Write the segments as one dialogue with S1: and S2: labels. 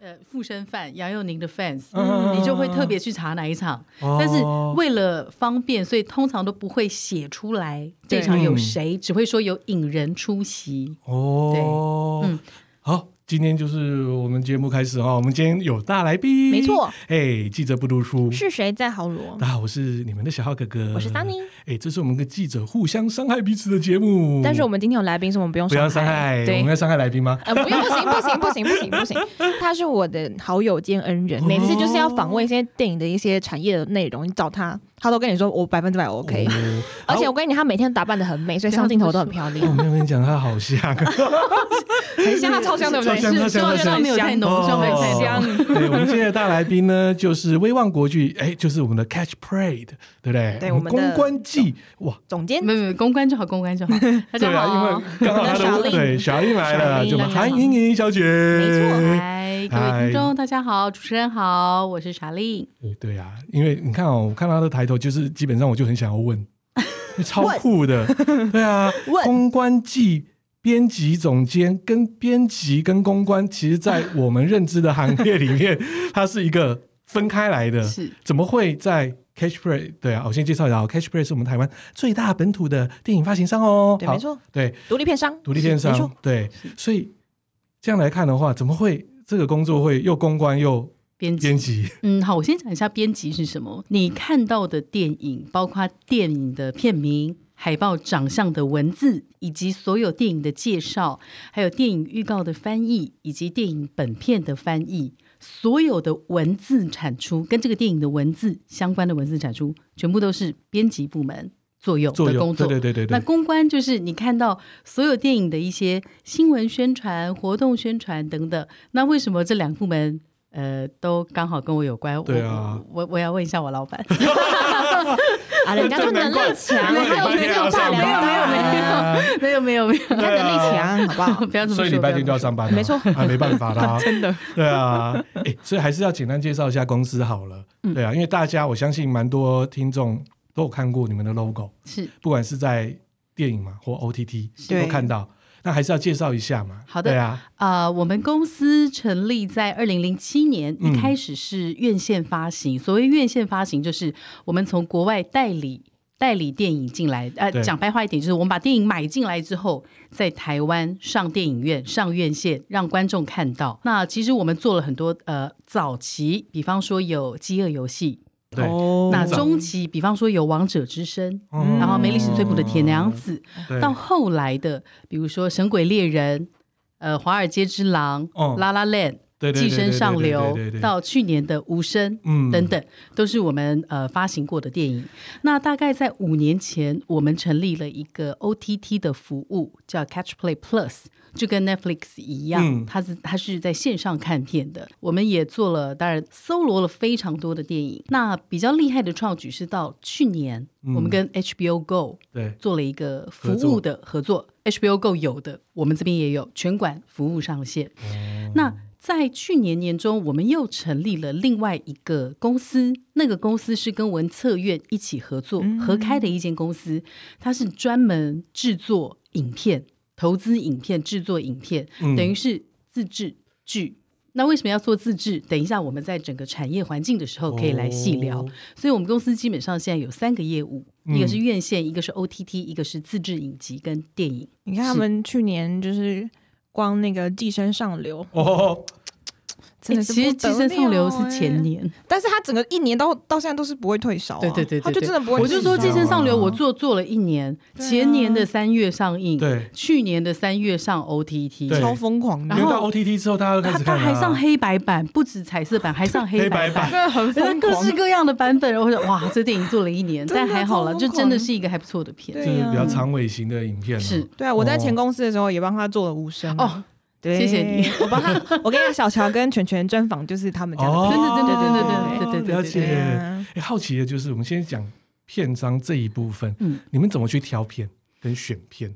S1: 呃附身犯杨佑宁的 fans，、
S2: 嗯
S1: 你就会特别去查哪一场。
S2: 哦
S1: 但是为了方便，所以通常都不会写出来这场
S2: 嗯
S1: 有谁，只会说有引人出席。
S2: 哦，
S1: 对嗯
S2: 好，今天就是我们节目开始哈，我们今天有大来宾，
S3: 没错，
S2: 哎，记者不读书。
S3: 是谁在豪罗？
S2: 大家好，我是你们的小浩哥哥，
S3: 我是 Sunny。
S2: 哎，这是我们跟记者互相伤害彼此的节目，
S3: 但是我们今天有来宾，所以我们不用
S2: 不要伤害，我
S3: 对
S2: 们，要伤害来宾吗？
S3: 呃，不用，不行，不行，不行，不行，不行。他是我的好友兼恩人，每次就是要访问一些电影的一些产业的内容，你找他，他都跟你说我百分之百 OK。
S2: 哦
S3: 而且我跟你，讲，他每天打扮的很美，所以上镜头都很漂
S2: 哦我
S3: 亮。
S2: 没有跟你讲，他好像，啊
S3: 很像他超像，对不对？
S2: 超香超香超
S3: 超
S1: 香没有太浓
S2: 哦
S1: 香味
S3: 很
S1: 太
S3: 香。
S2: 对，我们今天的大来宾呢，就是威望国剧，哎，就是我们的 Catch Parade，对不对？
S3: 对
S2: 我
S3: 我
S2: 们
S3: 们
S2: 公
S3: 的
S2: 关季，哇，
S3: 总监
S1: 没有没有，公关就好，公关就好。 大
S2: 对
S1: 家
S2: 啊，
S1: 好，
S2: 因为刚好他的
S3: 我们的小
S2: 对
S3: 令
S2: 小英来
S3: 小
S2: 了，
S3: 令
S2: 就
S3: 大家
S2: 韩
S3: 好
S2: 莹莹小姐，没
S1: 嗨，各位听众，大家好，主持人好，我是莎莉。
S2: 对对啊，因为你看哦，我看他的抬头，就是基本上我就很想要 问，超酷的， 对啊，
S3: 问
S2: 公关季。编辑总监跟编辑跟公关，其实， 在我们认知的行业里 面，它是一个分开来的。
S1: 是
S2: 怎么会在 Catchplay？对啊，我先介绍一下哦，Catchplay 是我们台湾最大本土的电影发行商哦。
S3: 对，
S2: 好
S3: 没，错，
S2: 对，
S3: 独立片商，
S2: 独立电
S3: 没
S2: 商
S3: 错，
S2: 对，所以这样来看的话，怎么会这个工作会又公关又
S1: 编辑
S2: 编辑？
S1: 嗯，好，我先讲一下编辑是什么。你看到的电影，包括电影的片名、海报、长相的文字，以及所有电影的介绍，还有电影预告的翻译，以及电影本片的翻译，所有的文字产出跟这个电影的文字相关的文字产出，全部都是编辑部门做有
S2: 作
S1: 的
S2: 用
S1: 工作。
S2: 对对对对
S1: 那
S2: 对，
S1: 公关就是你看到所有电影的一些新闻宣传、活动宣传等等。那为什么这两部门呃都刚好跟我有关？
S2: 对啊
S1: 我我我要问一下我老板。
S3: 啊，人家就能力强，
S1: 难怪
S3: 他有
S1: 礼拜
S3: 自
S1: 天
S3: 有
S1: 要
S3: 大
S1: 上班
S3: 量大
S1: 没有没有没有没有没有
S3: 量，
S1: 没
S3: 人家能力
S2: 对
S3: 强，好啊不好
S1: 有，？ 不要这么说。
S2: 哎所以礼拜天
S1: 不
S2: 就
S1: 要这么
S2: 要上班啊，
S3: 没错
S2: 啊，没办法啦，
S3: 真的，
S2: 对啊，哎，所以还是要简单介绍一下公司好了，
S3: 嗯
S2: 对啊，因为大家我相信蛮多听众都有看过你们的 logo，
S1: 说是
S2: 不管是在电影嘛或 OTT
S3: 对
S2: 都看到，那还是要介绍一下嘛，
S1: 好的
S2: 对啊，
S1: 啊、我们公司成立在二零零七年，
S2: 嗯
S1: 一开始是院线发行。所谓院线发行，就是我们从国外代理代理电影进来。呃
S2: 对，
S1: 讲白话一点，就是我们把电影买进来之后，在台湾上电影院、上院线，让观众看到。那其实我们做了很多呃早期，比方说有《饥饿游戏》，
S2: 对，
S3: 哦
S1: 那中期比方说有《王者之声》。
S2: 嗯
S1: 然后梅里史翠普的《铁娘子》
S2: 对
S1: 到后来的，比如说《神鬼猎人》、呃，《华尔街之狼》
S2: 哦
S1: 拉拉 land》、
S2: 对对对
S1: 寄
S2: 对
S1: 生
S2: 对
S1: 上
S2: 对对
S1: 流
S2: 对对对》，
S1: 到去年的《无声》
S2: 嗯
S1: 等等，都是我们呃发行过的电影。那大概在五年前，我们成立了一个 OTT 的服务，叫 Catch Play Plus。就跟 Netflix 一
S2: 嗯
S1: 样，它是它是在线上看片的。我们也做了，当然搜罗了非常多的电影。那比较厉害的创举是到去年，我们跟 HBO Go
S2: 嗯对
S1: 做了一个服
S2: 合作
S1: 务的合作，HBO Go 有的，我们这边也有全馆服务上线。那在去年年中，我们又成立了另外一个公司，那个公司是跟文策院一起合作、合开的一间公司，它是专门制作影片、投资影片、制作影片，
S2: 嗯
S1: 等于是自制剧。那为什么要做自制？等一下我们在整个产业环境的时候可以来细聊。
S2: 哦嗯
S1: 所以我们公司基本上现在有三个业务，一个是院线，一个是 OTT，一个是自制影集跟电影。
S3: 你看他们去年就是光那个《寄生上流》，
S2: 哦，
S3: 真的是
S1: 哎其实《
S3: 不得
S1: 寄生上流》
S3: 了
S1: 是前
S3: 欸，
S1: 年，
S3: 但是他整个一年到到现在都是不会退烧啊，
S1: 对对对对
S3: 他就真的不会退烧啊。
S1: 我就说《寄生上流》，我
S3: 对
S1: 做做了一年，
S3: 对啊
S1: 前年的三月上映，
S2: 对，
S1: 去年的三月上
S2: 对
S1: OTT，
S3: 超疯狂的，
S1: 然
S2: 因为
S1: 后
S2: 到 OTT 之后，大家都开
S1: 它
S2: 始看
S1: 它
S2: 了
S1: 还
S2: 啊
S1: 上黑白版，不止彩色版，还上黑白
S2: 黑白
S1: 版。
S2: 版
S3: 真的很疯
S1: 各
S3: 狂
S1: 式。各样的版本，我想哇，这电影做了一年，
S3: 真的
S1: 但还好了，
S3: 超
S1: 就
S3: 疯狂
S1: 真的是一个还不错的片。
S2: 就是比较
S3: 对啊
S2: 长尾型的影片、啊，
S1: 是
S3: 对啊，我在前公司的时候也帮他做了无声啊
S1: 哦，
S3: 对，
S1: 谢谢你，
S3: 我帮他，我跟你讲，小乔跟全全专访就是他们家
S2: 哦
S3: 的，
S1: 真的真的真的真的对对对对
S2: 了
S1: 对
S2: 解。
S3: 对啊
S2: 诶好奇的就是，我们先讲片商这一部分，
S1: 嗯
S2: 你们怎么去挑片跟选片？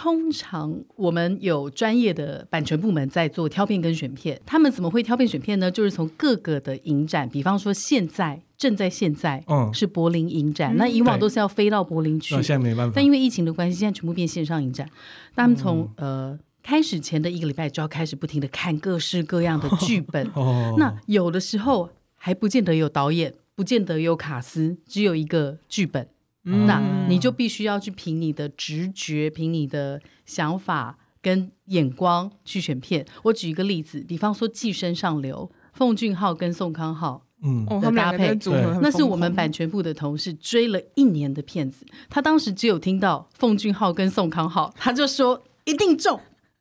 S1: 通常我们有专业的版权部门在做挑片跟选片，他们怎么会挑片选片呢？就是从各个的影展，比方说现在正在现在
S2: 嗯，
S1: 是柏林影展，那以往
S2: 对
S1: 都是要飞到柏林去
S2: 那，现在没办法，
S1: 但，因为疫情的关系，现在全部变线上影展。那他们从、呃开始前的一个礼拜就要开始不停的看各式各样的剧本
S2: 哦，
S1: 那有的时候还不见得有导演，不见得有卡司，只有一个剧本，
S2: 嗯
S1: 那你就必须要去凭你的直觉，凭你的想法跟眼光去选片。我举一个例子，比方说《寄生上流》，奉俊昊跟宋康昊，
S2: 嗯
S3: 哦，他们两个的组合很
S1: 那是
S3: 疯
S1: 我们
S3: 狂
S1: 版权部的同事追了一年的片子，他当时只有听到奉俊昊跟宋康昊，他就说一定 中。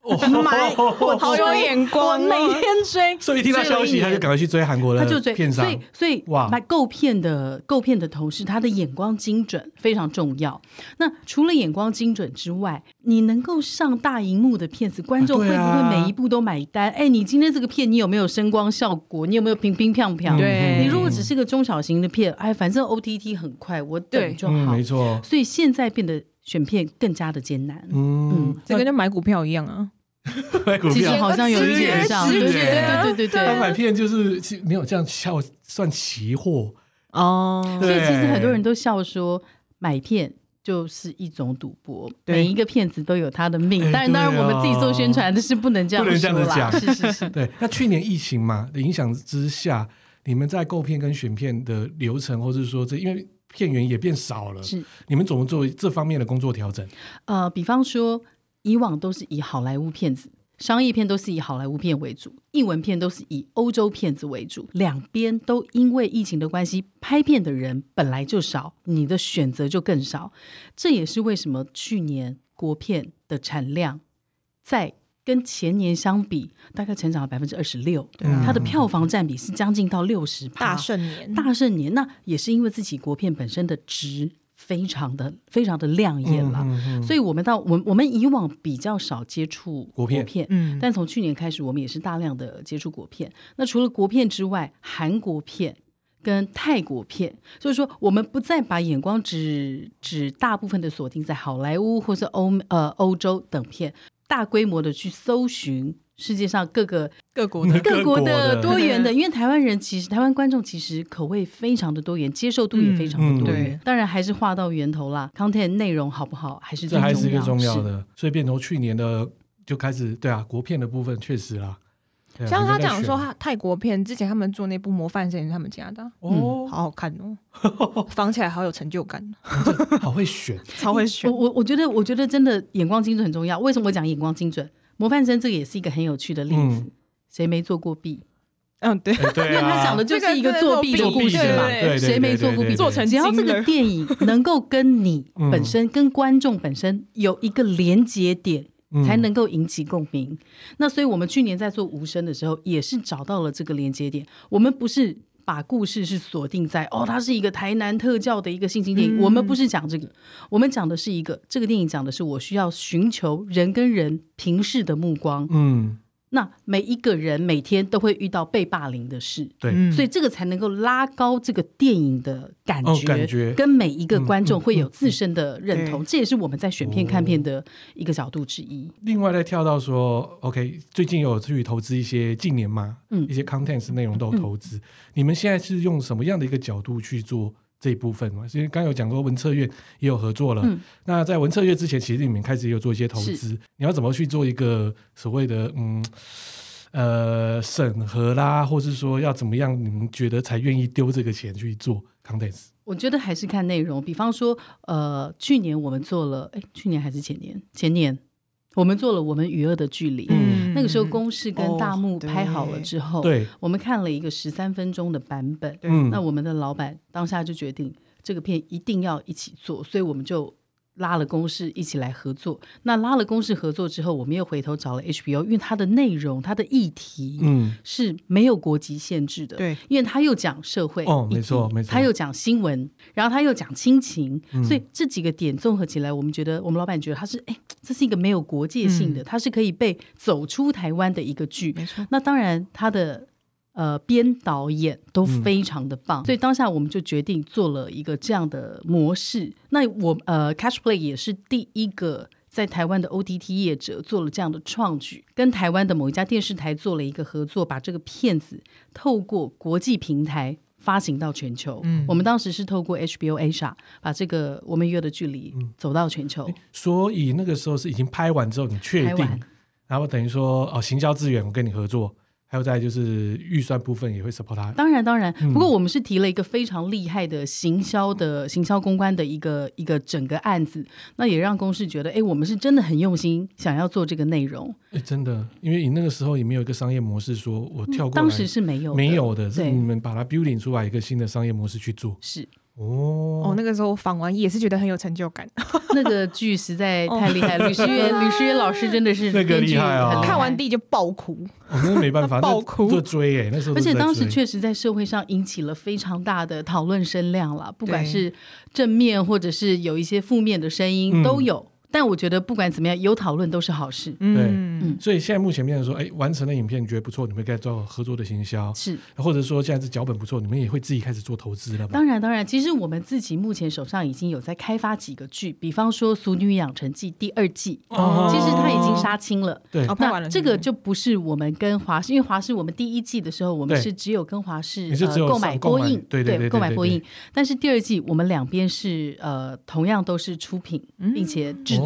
S1: 买，我
S3: 好有
S1: 追
S3: 眼光
S1: 我每
S3: 哦
S1: 天追，
S2: 所以一听到
S1: 追了
S2: 消
S1: 一
S2: 息，他就
S1: 年
S2: 赶快去追韩国的
S1: 他就追，
S2: 呃片商
S1: 所以所以
S2: 哇
S1: 买购片的购片的同事，他的眼光精准非常重要。那除了眼光精准之外，你能够上大荧幕的片子，观众会
S2: 对
S1: 不
S2: 啊
S1: 会每一部都买单？哎、你今天这个片你有没有声光效果？你有没有平平漂
S2: 嗯
S1: 漂？
S3: 对
S1: 嗯你如果只是个中小型的片，哎，反正 OTT 很快，我
S3: 对
S1: 等就
S2: 嗯，
S1: 好。
S2: 没错，
S1: 所以现在变得选片更加的艰难。
S2: 嗯
S1: 嗯，
S3: 这跟就买股票一样啊，
S2: 那买股
S1: 其实
S2: 票，
S1: 好像有一点像，
S2: 直
S1: 对
S2: 觉
S1: 对
S2: 直觉
S1: 对对对
S2: 他
S1: 对。
S2: 买片就是其没有这样叫算期货，
S3: 哦，
S1: 嗯所以
S2: 对
S1: 其实很多人都笑说，买片就是一种赌博，
S3: 对
S1: 每一个骗子都有他的命
S2: 哎。
S1: 当然，当然
S2: 对啊
S1: 我们自己做宣传的是不能这样
S2: 不能这样
S1: 说
S2: 子
S1: 啦。
S2: 讲
S1: 是是是，
S2: 对，那去年疫情嘛的影响之下，你们在购片跟选片的流程，或者说这因为片源也变少了，
S1: 是
S2: 你们怎么做这方面的工作调整？
S1: 呃，比方说，以往都是以好莱坞片子。商业片都是以好莱坞片为主，译文片都是以欧洲片子为主。两边都因为疫情的关系，拍片的人本来就少，你的选择就更少。这也是为什么去年国片的产量在跟前年相比，大概成长了百分之二十六，
S3: 对啊
S1: 它的票房占比是将近到六十
S3: 大盛年，
S1: 大盛年，那也是因为自己国片本身的值非常的非常的亮眼了。
S2: 嗯嗯
S1: 所以我们到我们我们以往比较少接触
S2: 国片
S3: 嗯，
S1: 但从去年开始，我们也是大量的接触国片。那除了国片之外，韩国片。跟泰国片，就是说，我们不再把眼光只只大部分的锁定在好莱坞或是欧呃欧洲等片，大规模的去搜寻世界上各个
S3: 嗯各国的
S1: 各国的
S2: 各国的
S1: 多元的，因为台湾人其实台湾观众其实口味非常的多元，接受度也非常的多
S3: 嗯嗯
S1: 元。
S3: 对
S1: 当然还是话到源头啦，content 内容好不好还是最
S2: 这还是一个重
S1: 重
S2: 要
S1: 要。
S2: 的，所以变从去年的就开始，对啊，国片的部分确实啦。对啊
S3: 像他
S2: 你们在
S3: 讲说，
S2: 选
S3: 他泰国片之前他们做那部《模范生》也是他们家的啊，
S2: 哦，
S3: 好好看哦， 仿起来好有成就感，
S1: 嗯
S2: 好会 选，
S3: 超会选
S1: 我。我我觉得，我觉得真的眼光精准很重要。为什么我讲眼光精准？模范生这个也是一个很有趣的例子。
S2: 嗯，
S1: 谁没做过弊？
S3: 嗯，对，
S2: 哎对
S1: 因为他讲
S2: 啊
S1: 的，就是一个作弊的
S2: 作
S1: 故
S2: 弊
S1: 事
S2: 的
S1: 嘛
S2: 嘛，。对，对
S1: 谁没做过弊？
S2: 对对对
S3: 做成
S1: 只要这个
S3: Kindler
S1: 电影能够跟你
S2: 嗯
S1: 本身、跟观众本身有一个连接点，
S2: 嗯
S1: 才能够引起共鸣。那所以我们去年在做无声的时候，也是找到了这个连接点。我们不是把故事是锁定在哦，它是一个台南特教的一个性情电影，
S3: 嗯
S1: 我们不是讲这个，我们讲的是一个这个电影讲的是我需要寻求人跟人平视的目光。
S2: 嗯，
S1: 那每一个人每天都会遇到被霸凌的事。
S2: 对，
S3: 嗯
S1: 所以这个才能够拉高这个电影的感觉，
S2: 哦感觉嗯
S1: 跟每一个观众会有自身的认同，
S3: 嗯嗯嗯
S1: 这也是我们在选片
S2: 哦
S1: 看片的一个角度之一。
S2: 另外再跳到说，OK，最近有去投资一些近年嘛，
S1: 嗯
S2: 一些 contents 内容都有投资。你们现在是用什么样的一个角度去做这一部分嘛？因为刚刚有讲过文策院也有合作了，
S1: 嗯
S2: 那在文策院之前，其实你们开始也有做一些投资。你要怎么去做一个所谓的嗯呃审核啦，或是说要怎么样，你们觉得才愿意丢这个钱去做 contents？
S1: 我觉得还是看内容，比方说，呃，去年我们做了，哎，去年还是前年？前年我们做了《我们与恶的距离》
S2: 嗯
S1: 那个时候公式跟大幕
S3: 哦
S1: 拍好了
S3: 对
S1: 之后，
S2: 对，
S1: 我们看了一个十三分钟的版本，
S3: 对
S2: 嗯
S1: 哦那我们的老板当下就决定这个片一定要一起做，所以我们就拉了公式一起来合作。那拉了公式合作之后，我们又回头找了 HBO，因为它的内容、它的议题
S2: 嗯
S1: 是没有国籍限制的。
S3: 对，
S1: 因为他又讲社会
S2: 哦
S1: 议题
S2: 没错没错嗯
S1: 他又讲新闻，然后他又讲亲情，所以这几个点综合起来，我们觉得我们老板觉得他是哎，这是一个没有国界性
S2: 嗯
S1: 的，它是可以被走出台湾的一个剧。
S3: 没错，
S1: 那当然，他的呃编导演都非常的棒，所以当下我们就决定做了一个这样的模式。那我呃，Catchplay 也是第一个。在台湾的 OTT 业者做了这样的创举，跟台湾的某一家电视台做了一个合作，把这个片子透过国际平台发行到全球。
S3: 嗯
S1: 我们当时是透过 HBO Asia 把这个《我们约的距离》走到全球。
S2: 所以那个时候是已经拍完之后，你确
S1: 拍
S2: 定
S1: 完
S2: 然后等于说哦，行销资源我跟你合作，还有再来就是预算部分也会 support 他。
S1: 当然，当然。
S2: 嗯
S1: 不过我们是提了一个非常厉害的行销的行销公关的一个一个整个案子，那也让公司觉得，哎，我们是真的很用心想要做这个内容。
S2: 哎，真的，因为你那个时候也没有一个商业模式，说我跳过来、
S1: 当时是没有的，
S2: 没有的，是
S1: 对
S2: 你们把它 building 出来一个新的商业模式去做。
S1: 是
S2: 哦
S3: 哦，，那个时候访完也是觉得很有成就感，
S1: 那个剧实在太厉 害，了。吕诗
S3: 真的
S1: 约
S3: 啊
S1: 吕诗约老师真的是
S2: 那个
S1: 编剧
S2: 厉害啊
S1: 很厉害
S3: 看完第一就爆哭。
S2: 哦那没 办法，
S3: 爆
S2: 那
S3: 哭
S2: 就追哎、那时
S1: 而
S2: 候都
S1: 且
S2: 是在
S1: 当时
S2: 追
S1: 确实在社会上引起了非常大的讨论声量啦，不管
S3: 对
S1: 是正面或者是有一些负面的声音
S2: 嗯
S1: 都有。但我觉得不管怎么样，有讨论都是好事。
S3: 嗯，
S2: 所以现在目前变成说，哎、完成了影片，你觉得不错，你们该做合作的行销，
S1: 是，
S2: 或者说现在这脚本不错，你们也会自己开始做投资了吧？
S1: 当然当然，其实我们自己目前手上已经有在开发几个剧，比方说《俗女养成记》第二季，
S2: 哦
S1: 其实它已经杀青了。
S2: 对
S3: 哦，拍完
S1: 那
S3: 了
S1: 这
S3: 是不
S1: 个
S3: 是
S1: 就不是我们跟华视，因为华视我们第一季的时候，我们
S2: 对
S1: 是只有跟华视
S2: 你是只有
S1: 呃购
S2: 上
S1: 买
S2: 购
S1: 播
S2: 买
S1: 映，
S2: 对对对对
S1: 购买
S2: 对
S1: 播
S2: 对
S1: 映。但是第二季我们两边是呃同样都是出品，并且制作。
S2: 哦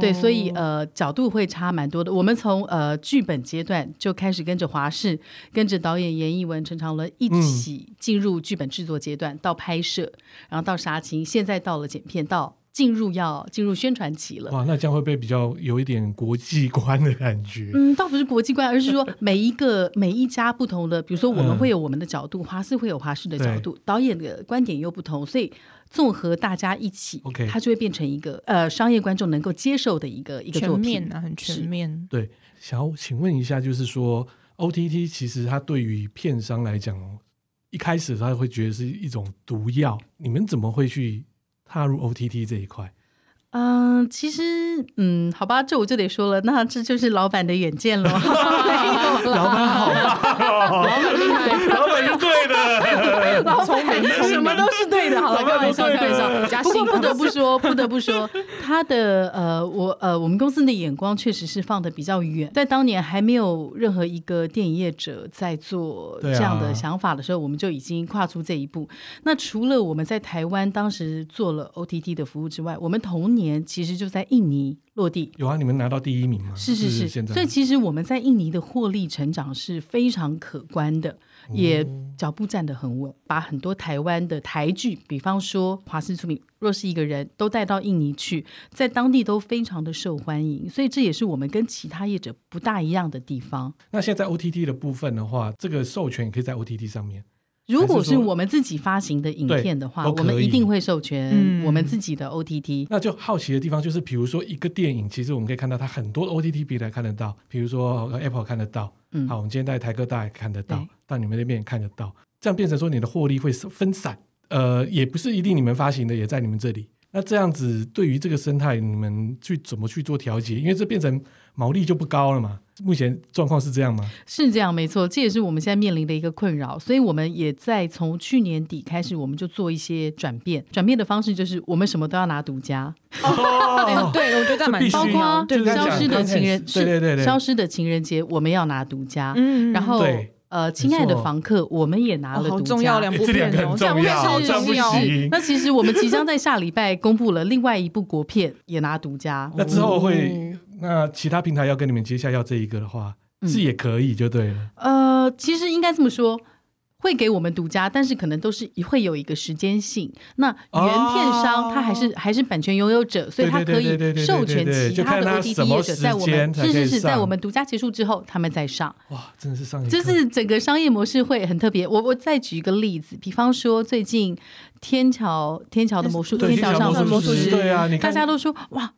S1: 对，所以呃，角度会差蛮多的。我们从呃剧本阶段就开始跟着华视、跟着导演严艺文、陈长伦一起进入剧本制作阶段，到拍摄，然后到杀青，现在到了剪片，到进入要进入宣传期了。
S2: 哇，那这样会不会比较有一点国际观的感觉？
S1: 嗯，倒不是国际观，而是说每一个每一家不同的，比如说我们会有我们的角度，华视会有华视的角度，导演的观点又不同，所以综合大家一起
S2: OK
S1: 它就会变成一个呃商业观众能够接受的一个一个
S3: 全
S1: 作品。
S3: 面啊，很全
S1: 是
S3: 面。
S2: 想要请问一下，就是说 OTT 其实它对于片商来讲哦，一开始他会觉得是一种毒药，你们怎么会去踏入 OTT 这一块？
S1: 嗯，其实嗯，好吧，这我就得说了，那这就是老板的远见喽。
S2: 老板好 老板是对的，
S1: 老板什么嗯都是对的，好了，开玩笑，开玩笑。
S3: 加
S1: 不
S3: 薪
S1: 过不得不说，不得不 说，他的呃，我呃，我们公司的眼光确实是放的比较远。在当年还没有任何一个电影业者在做
S2: 对啊
S1: 这样的想法的时候，我们就已经跨出这一步。那除了我们在台湾当时做了 OTT 的服务之外，我们同年其实就在印尼落地。
S2: 有啊，你们拿到第一名吗？
S1: 是是
S2: 现
S1: 是，
S2: 在
S1: 所以其实我们在印尼的获利成长是非常可观的，
S2: 哦
S1: 也脚步站得很稳，把很多台湾的台剧，比方说华视出名，若是一个人都带到印尼去，在当地都非常的受欢迎，所以这也是我们跟其他业者不大一样的地方。
S2: 那现在 OTT 的部分的话，这个授权也可以在 OTT 上面。
S1: 如果
S2: 还
S1: 是
S2: 是说
S1: 我们自己发行的影片的话，
S2: 对都可
S1: 我
S2: 以
S1: 们一定会授权
S3: 嗯
S1: 我们自己的 OTT。
S2: 那就好奇的地方就是，比如说一个电影，其实我们可以看到它很多的 OTT 平台看得到，比如说呃 Apple 看得到，
S1: 嗯
S2: 好，我们今天在台科大也看得到
S1: 对，
S2: 到你们那边也看得到，这样变成说你的获利会分散，呃，也不是一定你们发行的也在你们这里。那这样子对于这个生态，你们去怎么去做调节？因为这变成毛利就不高了嘛。目前状况是这样吗？
S1: 是这样，没错，这也是我们现在面临的一个困扰，所以我们也在从去年底开始，我们就做一些转变。转变的方式就是我们什么都要拿独家，
S3: 哦，对，我觉得这样蛮
S2: 必须
S1: 包
S3: 重要
S1: 括
S2: 就
S3: 的对
S2: 是这样
S1: 消
S2: 讲
S1: 失的情人，
S2: content，
S1: 是
S2: 对对对对
S1: 消失的情人节我们要拿独家，
S3: 嗯
S1: 然后
S2: 对
S1: 呃，亲爱
S2: 没
S1: 的
S2: 错
S1: 房客，我们也拿
S3: 哦
S1: 了
S3: 好
S1: 独
S3: 重
S1: 家
S3: 要，两
S2: 欸
S3: 部
S2: 这两
S3: 片
S2: 个
S3: 哦，
S2: 很
S3: 这样
S2: 重
S3: 会
S2: 要
S3: 超
S1: 是
S2: 这样
S3: 重
S2: 不
S3: 要。
S2: 行
S1: 那其实我们即将在下礼拜公布了另外一部国片，也拿独家。
S2: 那之后会，那其他平台要跟你们接下要这一个的话，
S1: 嗯
S2: 是也可以就对了。
S1: 呃，其实应该这么说。会给我们独家，但是可能都是会有一个时间性。那原片商
S2: 哦
S1: 他还是、还是版权拥有者，所以他可
S2: 对对
S1: 以
S2: 对对对对
S1: 授
S2: 对
S1: 权
S2: 对对
S1: 其他
S2: 就
S1: 的
S2: 看他什
S1: OTT
S2: 么
S1: 业者在我
S2: 时间
S1: 们
S2: 才可
S1: 是
S2: 以
S1: 是是，
S2: 上
S1: 在我们独家结束之后，他们再上。
S2: 哇，真的是上一
S1: 就
S2: 课
S1: 是整个商业模式会很特别。我我再举一个例子，比方说最近天桥天桥的魔术
S3: 对
S1: 天
S3: 桥
S1: 桥上
S3: 上
S1: 的
S3: 的
S1: 魔
S3: 魔
S1: 术
S3: 术
S1: 师，
S3: 师
S2: 对啊，你
S1: 大
S2: 看
S1: 家都说哇，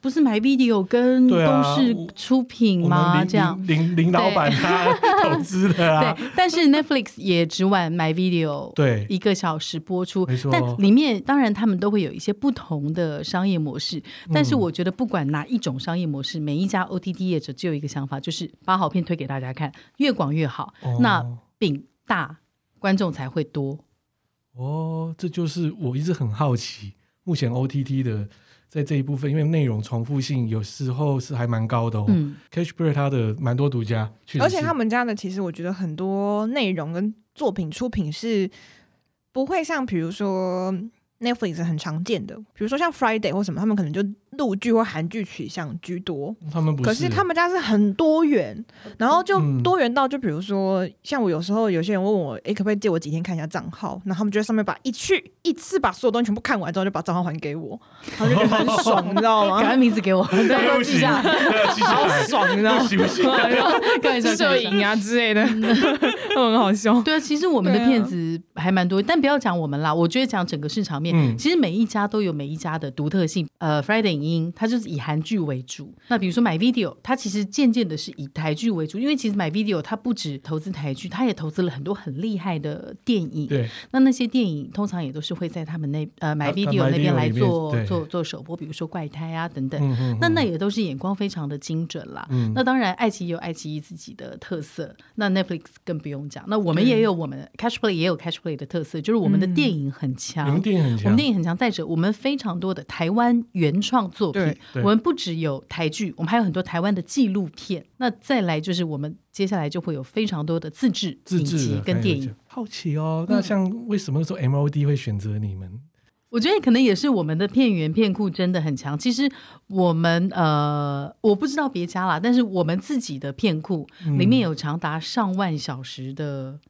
S1: 不是买 video 跟
S2: 对啊
S1: 东视出品
S2: 我
S1: 吗？
S2: 们林
S1: 啊这样。
S2: 林林林老板他 投资的啊，
S1: 对，但是 Netflix 也只晚买 video
S2: 对
S1: 一个小时播出
S2: 没错，
S1: 但里面当然他们都会有一些不同的商业模式。但是
S2: 嗯
S1: 我觉得不管哪一种商业模式，每一家 OTT 业者只有一个想法，就是把好片推给大家看，越广越好。
S2: 哦
S1: 那饼大，观众才会多。
S2: 哦，这就是我一直很好奇，目前 OTT 的在这一部分，因为内容重复性有时候是还蛮高的哦。
S1: 嗯，
S2: Cashbird 它的蛮多独家，确实
S3: 而且
S2: 是
S3: 他们家的其实我觉得很多内容跟作品出品是不会像比如说 Netflix 很常见的，比如说像 Friday 或什么，他们可能就陆剧或韩剧取向居多。
S2: 他们不
S3: 可
S2: 是
S3: 是他们家是很多元，然后就
S2: 嗯
S3: 多元到就比如说，像我有时候有些人问我，诶，可不可以借我几天看一下账号？然后他们就在上面把一去一次把所有东西全部看完之后，就把账号还给我，然后就觉得很爽，你知道
S1: 赶快
S3: 吗？
S1: 名字给我，对，
S2: 对啊
S1: 都
S2: 不
S1: 记
S2: 起，
S1: 下来，
S2: 对记下
S3: 好
S2: 来，
S3: 爽，你知 道
S2: 不
S3: 吗？
S2: 行 不行，
S1: 啊看一下
S3: 摄。
S1: 看一下
S3: 影啊之类的，都很好笑。
S1: 对啊，其实我们的
S3: 对啊
S1: 片子还蛮多，但不要讲我们啦，我觉得讲整个市场面，
S2: 嗯
S1: 其实每一家都有每一家的独特性。呃，Friday 影音它就是以韩剧为主，那比如说买 Video，它其实渐渐的是以台剧为主，因为其实买 Video 它不止投资台剧，它也投资了很多很厉害的电影。
S2: 对，
S1: 那那些电影通常也都是会在他们那呃买
S2: 他
S1: Video
S2: 买
S1: 那边
S2: Video
S1: 来
S2: 里面
S1: 做
S2: 对
S1: 做做首播，比如说怪胎啊等等。
S2: 嗯嗯
S1: 那那也都是眼光非常的精准啦。
S2: 嗯
S1: 那当然，爱奇艺有爱奇艺自己的特色，那 Netflix 更不用讲。那我们也有我们的 Cashplay 也有 Cashplay 的特色，就是我们
S2: 嗯
S1: 的电影很
S2: 你
S1: 强。
S2: 们电影很
S1: 我们
S2: 强，
S1: 电影很强，再者，我们非常多的台湾原创作品
S3: 对，
S2: 对
S1: 我们不只有台剧，我们还有很多台湾的纪录片。那再来就是我们接下来就会有非常多的自制
S2: 自
S1: 影
S2: 制
S1: 集
S2: 的哎
S1: 跟电影。。嗯
S2: 好奇哦，那像为什么那时候 MOD 会选择你们？
S1: 我觉得可能也是我们的片源片库真的很强。其实我们呃，我不知道别家啦，但是我们自己的片库
S2: 嗯
S1: 里面有长达上万小时的